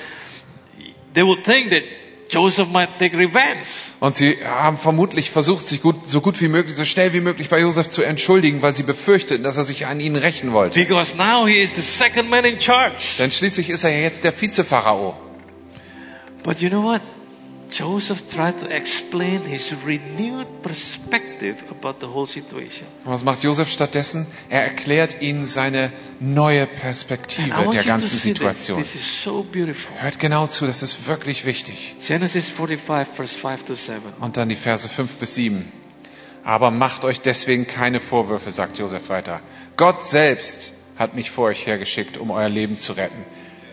S3: they would think that Joseph might take revenge.
S4: Und sie haben vermutlich versucht, sich gut, so gut wie möglich, so schnell wie möglich bei Josef zu entschuldigen, weil sie befürchteten, dass er sich an ihnen rächen wollte.
S3: Because now he is the second man in charge.
S4: Denn schließlich ist er ja jetzt der Vizepharao.
S3: But you know what? Joseph tried to explain his renewed perspective about the whole situation.
S4: Und was macht Josef stattdessen? Er erklärt ihnen seine neue Perspektive
S3: I want you
S4: der
S3: to
S4: ganzen
S3: see this.
S4: Situation.
S3: This is so beautiful.
S4: Hört genau zu, das ist wirklich wichtig.
S3: Genesis 45, verse 5 to 7.
S4: Und dann die Verse 5 bis 7. Aber macht euch deswegen keine Vorwürfe, sagt Josef weiter. Gott selbst hat mich vor euch hergeschickt, um euer Leben zu retten.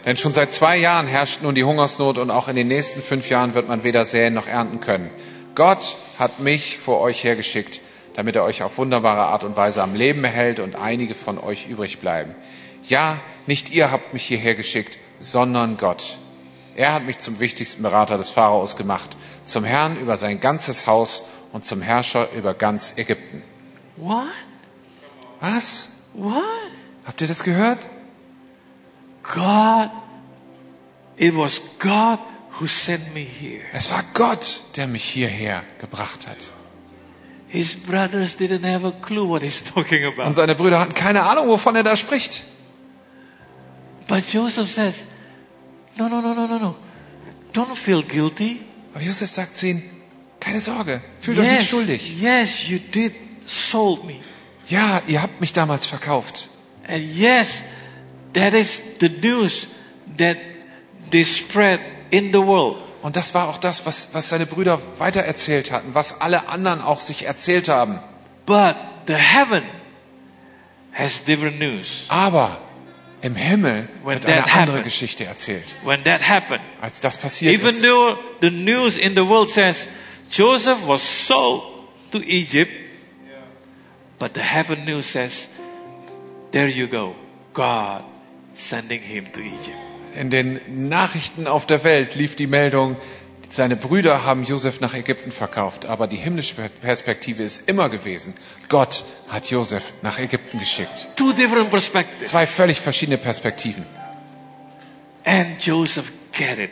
S4: Denn schon seit zwei Jahren herrscht nun die Hungersnot und auch in den nächsten fünf Jahren wird man weder säen noch ernten können. Gott hat mich vor euch hergeschickt, damit er euch auf wunderbare Art und Weise am Leben erhält und einige von euch übrig bleiben. Ja, nicht ihr habt mich hierher geschickt, sondern Gott. Er hat mich zum wichtigsten Berater des Pharaos gemacht, zum Herrn über sein ganzes Haus und zum Herrscher über ganz Ägypten.
S3: What?
S4: Was?
S3: What?
S4: Habt ihr das gehört?
S3: God, it was God who sent me here.
S4: Es war Gott, der mich hierher gebracht hat.
S3: His brothers didn't have a clue what he's talking
S4: Und
S3: about.
S4: seine Brüder hatten keine Ahnung, wovon er da spricht.
S3: But Joseph says, No, no, no, no, no, no. Don't feel guilty.
S4: Aber Josef sagt zu ihnen, keine Sorge, fühlt euch nicht
S3: Yes,
S4: schuldig.
S3: yes, you did sold me.
S4: Ja, ihr habt mich damals verkauft.
S3: And yes, that is the news that they spread in the world.
S4: Und das war auch das, was, was seine Brüder weitererzählt hatten, was alle anderen auch sich erzählt haben.
S3: But the heaven has different news.
S4: Aber im Himmel
S3: When
S4: wird eine
S3: that
S4: andere
S3: happened.
S4: Geschichte erzählt.
S3: When that happened,
S4: Als das passiert
S3: even
S4: ist,
S3: though the news in the world says Joseph was sold to Egypt, but the heaven news says, there you go, God sending him to Egypt.
S4: in den Nachrichten auf der Welt lief die Meldung, seine Brüder haben Josef nach Ägypten verkauft, aber die himmlische Perspektive ist immer gewesen. Gott hat Josef nach Ägypten geschickt.
S3: Two different perspectives.
S4: Zwei völlig verschiedene Perspektiven.
S3: And Joseph get it.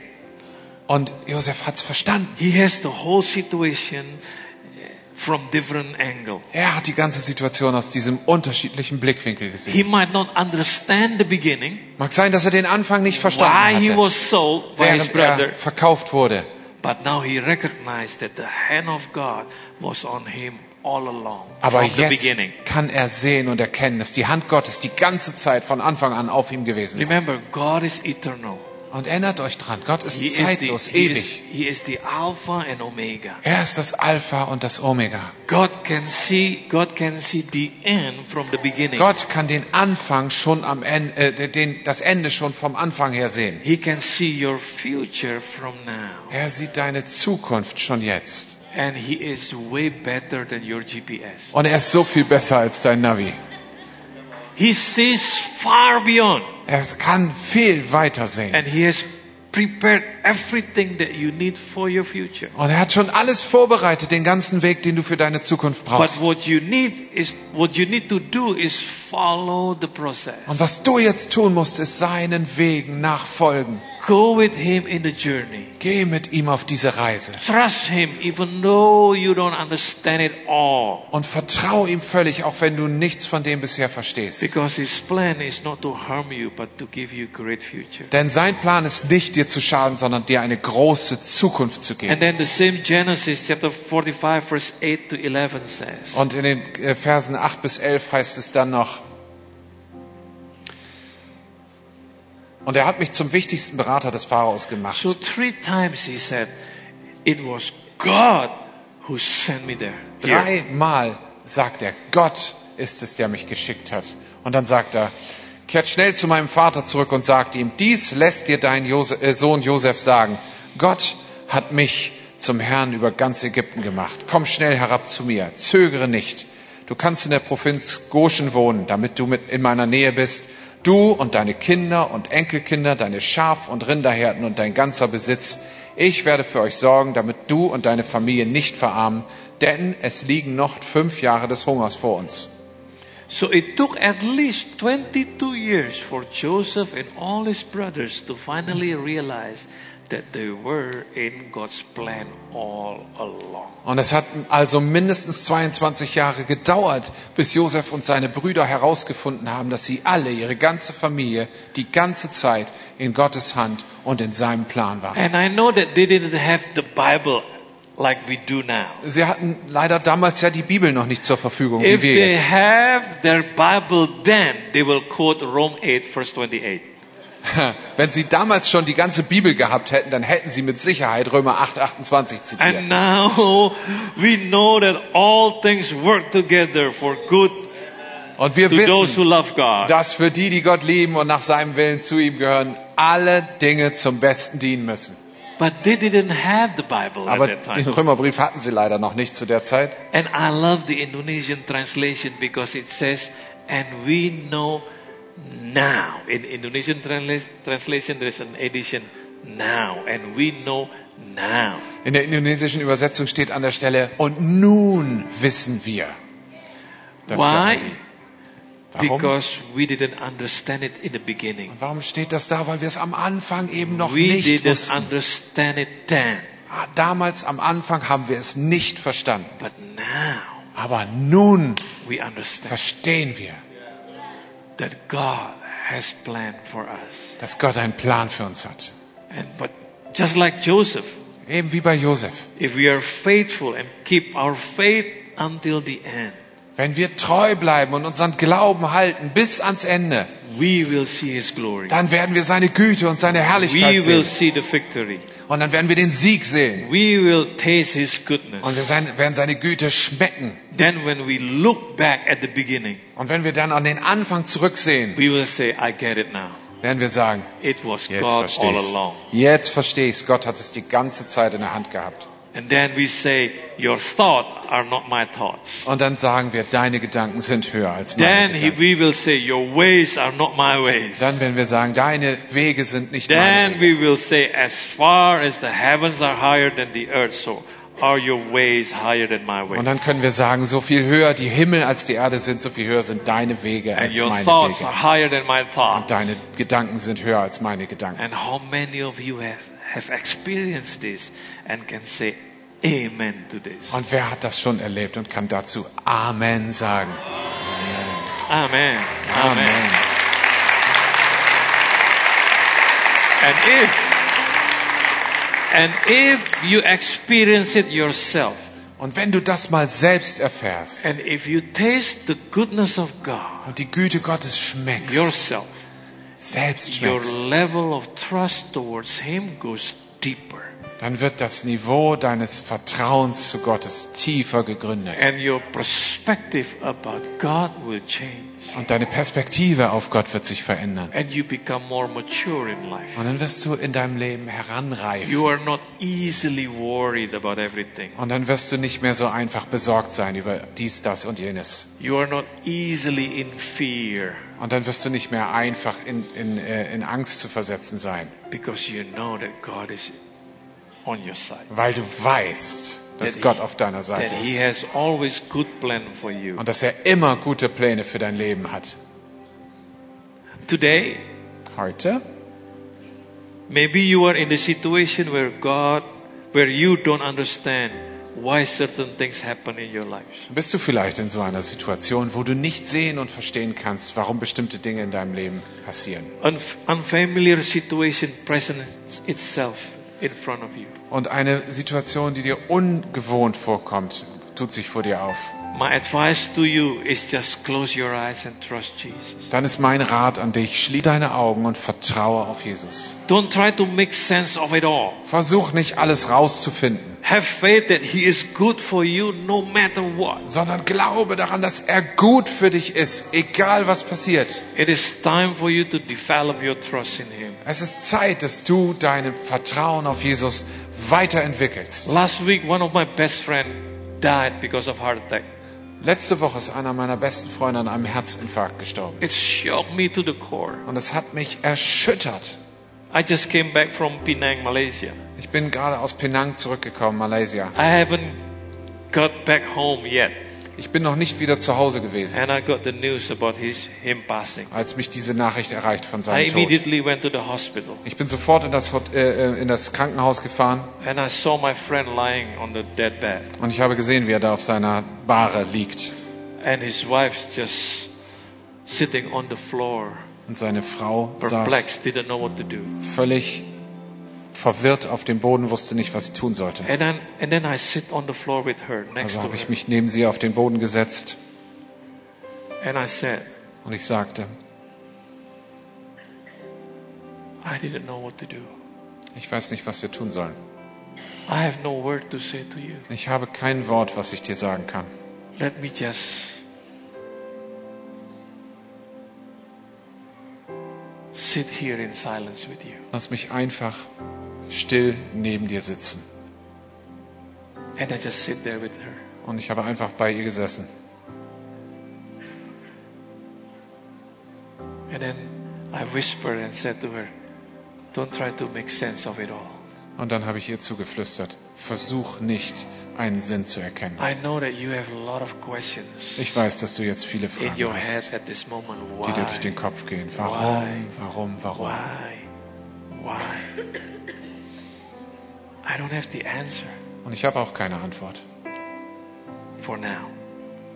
S4: Und Josef hat's verstanden.
S3: He has the whole situation eh, from different angle.
S4: Er hat die ganze Situation aus diesem unterschiedlichen Blickwinkel gesehen.
S3: He might not understand the beginning,
S4: Mag sein, dass er den Anfang nicht verstanden
S3: why he
S4: hatte,
S3: was sold by his
S4: während er
S3: brother,
S4: verkauft wurde.
S3: but now he recognized that the hand of God was on him all along
S4: Aber
S3: from the
S4: jetzt
S3: beginning.
S4: kann er sehen und erkennen, dass die Hand Gottes die ganze Zeit von Anfang an auf ihm gewesen ist.
S3: Remember, God is eternal.
S4: Und erinnert euch dran, Gott ist
S3: He is, the,
S4: zeitlos,
S3: he, is,
S4: ewig.
S3: he is the Alpha and Omega.
S4: Er ist das Alpha und das Omega.
S3: God can see God can see the end from the beginning.
S4: Gott kann den Anfang schon am Ende, äh, den, das Ende schon vom Anfang her sehen.
S3: He can see your future from now.
S4: Er sieht deine Zukunft schon jetzt.
S3: And he is way better than your GPS.
S4: Und er ist so viel besser als dein Navi.
S3: He sees far beyond
S4: Er kann viel weiter sehen.
S3: and he has prepared everything that you need for your future.
S4: Und er hat schon alles vorbereitet, den ganzen Weg, den du für deine Zukunft
S3: But
S4: brauchst.
S3: what you need is what you need to do is follow the process.
S4: Und was du jetzt tun musst, ist seinen Wegen nachfolgen.
S3: Go with him in the journey.
S4: Geh mit ihm auf diese Reise
S3: Trust him even though you don't understand it all.
S4: und vertrau ihm völlig, auch wenn du nichts von dem bisher verstehst.
S3: Because his plan is not to harm you but to give you great future.
S4: Denn sein Plan ist nicht, dir zu schaden, sondern dir eine große Zukunft zu geben.
S3: And then the same Genesis chapter 45 verse 8 to 11 says.
S4: Und in den äh, Versen 8 bis 11 heißt es dann noch, und er hat mich zum wichtigsten Berater des Pharaos gemacht.
S3: So three times he said, it was God who sent me there. here."
S4: Dreimal sagt er, Gott ist es, der mich geschickt hat. Und dann sagt er, kehrt schnell zu meinem Vater zurück und sagt ihm, dies lässt dir dein Jose- äh, Sohn Josef sagen. Gott hat mich zum Herrn über ganz Ägypten gemacht. Komm schnell herab zu mir, zögere nicht. Du kannst in der Provinz Goshen wohnen, damit du mit in meiner Nähe bist. Du und deine Kinder und Enkelkinder, deine Schaf- und Rinderherden und dein ganzer Besitz. Ich werde für euch sorgen, damit du und deine Familie nicht verarmen, denn es liegen noch fünf Jahre des Hungers vor uns.
S3: So it took at least 22 years for Joseph and all his brothers to finally realize that they were in God's plan all along.
S4: Und es hat also mindestens 22 Jahre gedauert, bis Josef und seine Brüder herausgefunden haben, dass sie alle, ihre ganze Familie, die ganze Zeit in Gottes Hand und in seinem Plan waren.
S3: And I know that they didn't have the Bible like we do now.
S4: Sie hatten leider damals ja die Bibel noch nicht zur Verfügung, wie
S3: If
S4: wir
S3: they
S4: jetzt.
S3: have their Bible then, they will quote Rome 8 verse 28.
S4: Wenn sie damals schon die ganze Bibel gehabt hätten, dann hätten sie mit Sicherheit Römer 8, 28 zitiert.
S3: And now we know that all things work together for good
S4: Und wir
S3: to those who
S4: wissen,
S3: love God.
S4: dass für die, die Gott lieben und nach seinem Willen zu ihm gehören, alle Dinge zum Besten dienen müssen.
S3: But they didn't have the Bible at
S4: Aber
S3: that
S4: den
S3: time.
S4: Römerbrief hatten sie leider noch nicht zu der Zeit.
S3: And I love the Indonesian translation because it says, and we know now. In Indonesian transla- translation, there's an addition now. And we know now.
S4: In der indonesischen Übersetzung steht an der Stelle, und nun wissen wir. Das
S3: Why?
S4: glauben die. Warum?
S3: Because we didn't understand it in the beginning.
S4: Warum steht das da? Weil wir es am Anfang eben noch
S3: We
S4: nicht
S3: didn't
S4: wussten.
S3: understand it then.
S4: Ah, Damals am Anfang haben wir es nicht verstanden.
S3: But now
S4: Aber nun
S3: we understand.
S4: verstehen wir,
S3: that God has planned for us.
S4: dass Gott einen Plan für uns hat.
S3: And but just like Joseph,
S4: Eben wie bei Josef.
S3: if we are faithful and keep our faith until the end,
S4: Wenn wir treu bleiben und unseren Glauben halten bis ans Ende,
S3: we will see his glory.
S4: dann werden wir seine Güte und seine
S3: We
S4: Herrlichkeit
S3: will see
S4: sehen.
S3: the victory.
S4: Und dann werden wir den Sieg sehen.
S3: We will taste his
S4: Und
S3: goodness.
S4: wir sein- werden seine Güte schmecken.
S3: Then when we look back at the beginning,
S4: Und wenn wir dann an den Anfang zurücksehen,
S3: we will say, I get it now.
S4: werden wir sagen,
S3: It was
S4: jetzt
S3: God all
S4: versteh's.
S3: along.
S4: Jetzt versteh's. Gott hat es die ganze Zeit in der Hand gehabt.
S3: And then we say, your thoughts are not my thoughts.
S4: Und dann sagen wir, deine Gedanken sind höher als meine
S3: Then he,
S4: Gedanken.
S3: we will say, your ways are not my ways.
S4: Dann werden wir sagen, deine Wege sind nicht meine
S3: Then
S4: Wege.
S3: we will say, As far as the heavens are higher than the earth, so are your ways higher than my
S4: Und
S3: ways.
S4: dann können wir sagen, so viel höher die Himmel als die Erde sind, so viel höher sind deine Wege
S3: And
S4: als
S3: your
S4: meine
S3: thoughts are
S4: Wege.
S3: higher than my
S4: Und
S3: thoughts.
S4: deine Gedanken sind höher als meine Gedanken.
S3: And how many of you have, have experienced this and can say Amen to this?
S4: Und wer hat das schon erlebt und kann dazu Amen sagen?
S3: Amen. Amen.
S4: Amen.
S3: And if and if you experience it yourself,
S4: Und wenn du das mal selbst erfährst
S3: and if you taste the goodness of God
S4: und die Güte Gottes schmeckst,
S3: yourself,
S4: selbst
S3: your
S4: schmeckst,
S3: level of trust towards Him goes deeper.
S4: dann wird das Niveau deines Vertrauens zu Gottes tiefer gegründet.
S3: And your perspective about God will change.
S4: Und deine Perspektive auf Gott wird sich verändern.
S3: And you become more mature in life.
S4: Und dann wirst du in deinem Leben heranreifen.
S3: You are not easily worried about everything.
S4: Und dann wirst du nicht mehr so einfach besorgt sein über dies, das und jenes.
S3: You are not easily in fear
S4: Und dann wirst du nicht mehr einfach in, in, äh, in Angst zu versetzen sein,
S3: because you know that God is on your side.
S4: weil du weißt, dass
S3: That
S4: Gott
S3: he-
S4: auf deiner Seite
S3: That He
S4: ist.
S3: has always good plan for you.
S4: Und dass er immer gute Pläne für dein Leben hat.
S3: Today,
S4: Heute?
S3: Maybe you are in the situation where God, where you don't understand why certain things happen in your lives.
S4: Bist du vielleicht in so einer Situation, wo du nicht sehen und verstehen kannst, warum bestimmte Dinge in deinem Leben passieren?
S3: Unf unfamiliar situation present itself in front of you.
S4: Und eine Situation, die dir ungewohnt vorkommt, tut sich vor dir auf.
S3: My advice to you is just close your eyes and trust Jesus.
S4: Dann ist mein Rat an dich, schließ deine Augen und vertraue auf Jesus.
S3: Don't try to make sense of it all.
S4: Versuch nicht alles rauszufinden,
S3: Have faith that He is good for you no matter what.
S4: sondern glaube daran, dass er gut für dich ist, egal was passiert.
S3: It is time for you to develop your trust in Him.
S4: Es ist Zeit, dass du dein Vertrauen auf Jesus weiterentwickelst.
S3: Last week, one of my best friend died because of heart attack.
S4: Letzte Woche ist einer meiner besten Freunde an einem Herzinfarkt gestorben.
S3: It shocked me to the core.
S4: Und es hat mich erschüttert.
S3: I just came back from Penang, Malaysia.
S4: Ich bin gerade aus Penang zurückgekommen, Malaysia.
S3: I haven't got back home yet,
S4: Ich bin noch nicht wieder zu Hause gewesen,
S3: and I got the news about his him passing.
S4: als mich diese Nachricht erreicht von
S3: I
S4: seinem Tod.
S3: immediately went to the hospital,
S4: Ich bin sofort in das, Hot- äh, äh, in das Krankenhaus gefahren
S3: and I saw my friend lying on the dead bed,
S4: und ich habe gesehen, wie er da auf seiner Bahre liegt.
S3: and his wife just sitting on the floor,
S4: Und seine Frau saß
S3: perplexed, didn't know what to do.
S4: völlig verwirrt auf dem Boden, wusste nicht, was sie tun sollte.
S3: And then, and then I sit on the floor with her next
S4: Also
S3: to
S4: habe ich
S3: her,
S4: mich neben sie auf den Boden gesetzt
S3: and I said,
S4: und ich sagte,
S3: "I didn't know what to do.
S4: ich weiß nicht, was wir tun sollen.
S3: I have no word to say to you.
S4: Ich habe kein Wort, was ich dir sagen kann.
S3: Let me just sit here in silence with you.
S4: Lass mich einfach still neben dir sitzen.
S3: And I just sit there with her.
S4: Und ich habe einfach bei ihr gesessen.
S3: And then I whispered and said to her, Don't try to make sense of it all.
S4: Und dann habe ich ihr zugeflüstert, versuch nicht, einen Sinn zu erkennen.
S3: I know that you have a lot of questions
S4: Ich weiß, dass du jetzt viele
S3: in your
S4: Fragen
S3: head
S4: hast,
S3: at this moment.
S4: die dir durch
S3: Why?
S4: den Kopf gehen. Warum,
S3: Why?
S4: warum, warum?
S3: Why? Why? I don't have the answer
S4: Und ich habe auch keine Antwort.
S3: for now.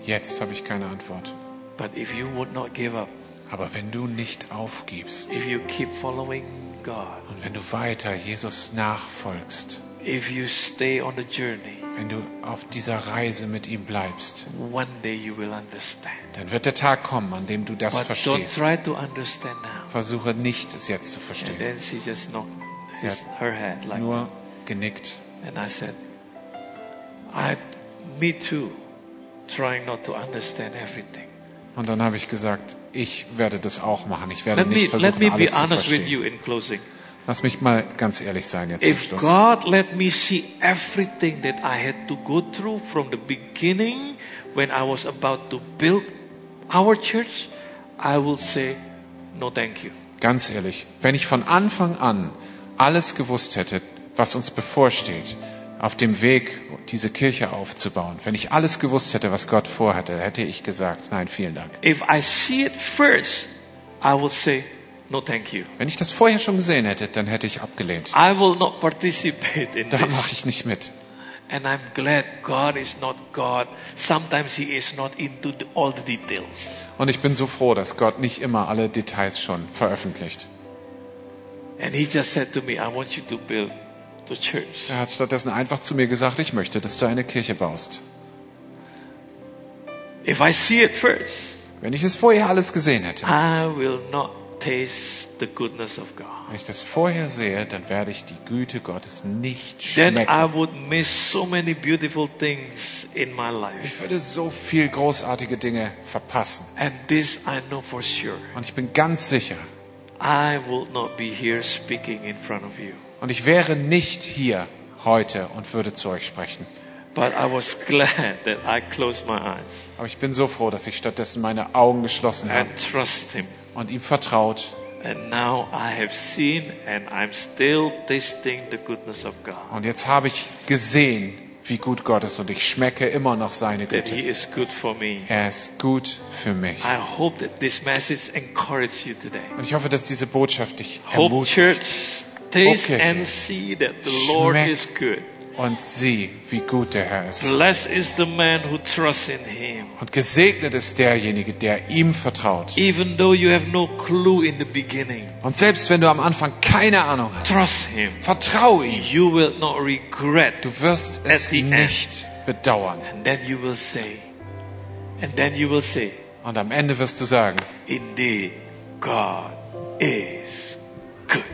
S4: Jetzt habe ich keine Antwort.
S3: But if you would not give up,
S4: Aber wenn du nicht aufgibst
S3: if you keep following God,
S4: und wenn du weiter Jesus nachfolgst,
S3: If you stay on the journey,
S4: wenn du auf dieser Reise mit ihm bleibst,
S3: one day you will understand.
S4: dann wird der Tag kommen, an dem du das
S3: But don't
S4: verstehst.
S3: try to understand now.
S4: Versuche nicht, es jetzt zu
S3: And
S4: verstehen.
S3: then she just knocked
S4: Sie
S3: his, her head like
S4: Nur genickt.
S3: that. And I said, I, me too, trying not to understand everything.
S4: Und dann habe ich gesagt, ich werde das auch machen. Ich werde
S3: Let me,
S4: nicht
S3: let
S4: versuchen,
S3: me be
S4: alles zu
S3: honest with
S4: verstehen.
S3: you in closing.
S4: Lass mich mal ganz ehrlich sein jetzt
S3: If
S4: zum Schluss.
S3: God let me see everything that I had to go through from the beginning when I was about to build our church, I will say, no, thank you.
S4: Ganz ehrlich, wenn ich von Anfang an alles gewusst hätte, was uns bevorsteht, auf dem Weg, diese Kirche aufzubauen, wenn ich alles gewusst hätte, was Gott vorhatte, hätte ich gesagt, nein, vielen Dank.
S3: If I see it first, I will say, no, thank you.
S4: Wenn ich das vorher schon gesehen hätte, dann hätte ich abgelehnt.
S3: I will not participate in
S4: Da mache
S3: this.
S4: ich nicht mit.
S3: And I'm glad God is not God. Sometimes He is not into the, all the details.
S4: Und ich bin so froh, dass Gott nicht immer alle Details schon veröffentlicht.
S3: And He just said to me, I want you to build the church.
S4: Er hat stattdessen einfach zu mir gesagt, ich möchte, dass du eine Kirche baust.
S3: If I see it first, Ah.
S4: Wenn ich es vorher alles gesehen hätte,
S3: I will not taste the goodness of God.
S4: Wenn ich das vorher sehe, dann werde ich die Güte Gottes nicht
S3: Then I
S4: schmecken.
S3: would miss so many beautiful things in my life.
S4: Ich würde so viel großartige Dinge verpassen.
S3: And this I know for sure.
S4: Und ich bin ganz sicher.
S3: I will not be here speaking in front of you.
S4: Und ich wäre nicht hier heute und würde zu euch sprechen.
S3: But I was glad that I closed my eyes
S4: Aber ich bin so froh, dass ich stattdessen meine Augen geschlossen habe
S3: and trust Him.
S4: und ihm vertraut.
S3: And now I have seen and I'm still tasting the goodness of God.
S4: Und jetzt habe ich gesehen, wie gut Gott ist und ich schmecke immer noch seine
S3: That
S4: Güte.
S3: He is good for me.
S4: Er ist gut für mich.
S3: I hope that this message encouraged you today.
S4: Und ich hoffe, dass diese Botschaft dich
S3: Hope
S4: ermutigt
S3: Church, taste
S4: Okay.
S3: and see that the Lord
S4: Schmeckt.
S3: is good.
S4: und sieh, wie gut der Herr ist.
S3: Blessed is the man who trusts in Him.
S4: Und gesegnet ist derjenige, der ihm vertraut.
S3: Even though you have no clue in the beginning,
S4: Und selbst wenn du am Anfang keine Ahnung hast,
S3: trust Him.
S4: vertrau ihm.
S3: You will not regret.
S4: Du wirst
S3: At
S4: es
S3: the end.
S4: nicht bedauern.
S3: And then you will say, and then you will say,
S4: Und am Ende wirst du sagen,
S3: Indeed, God is good.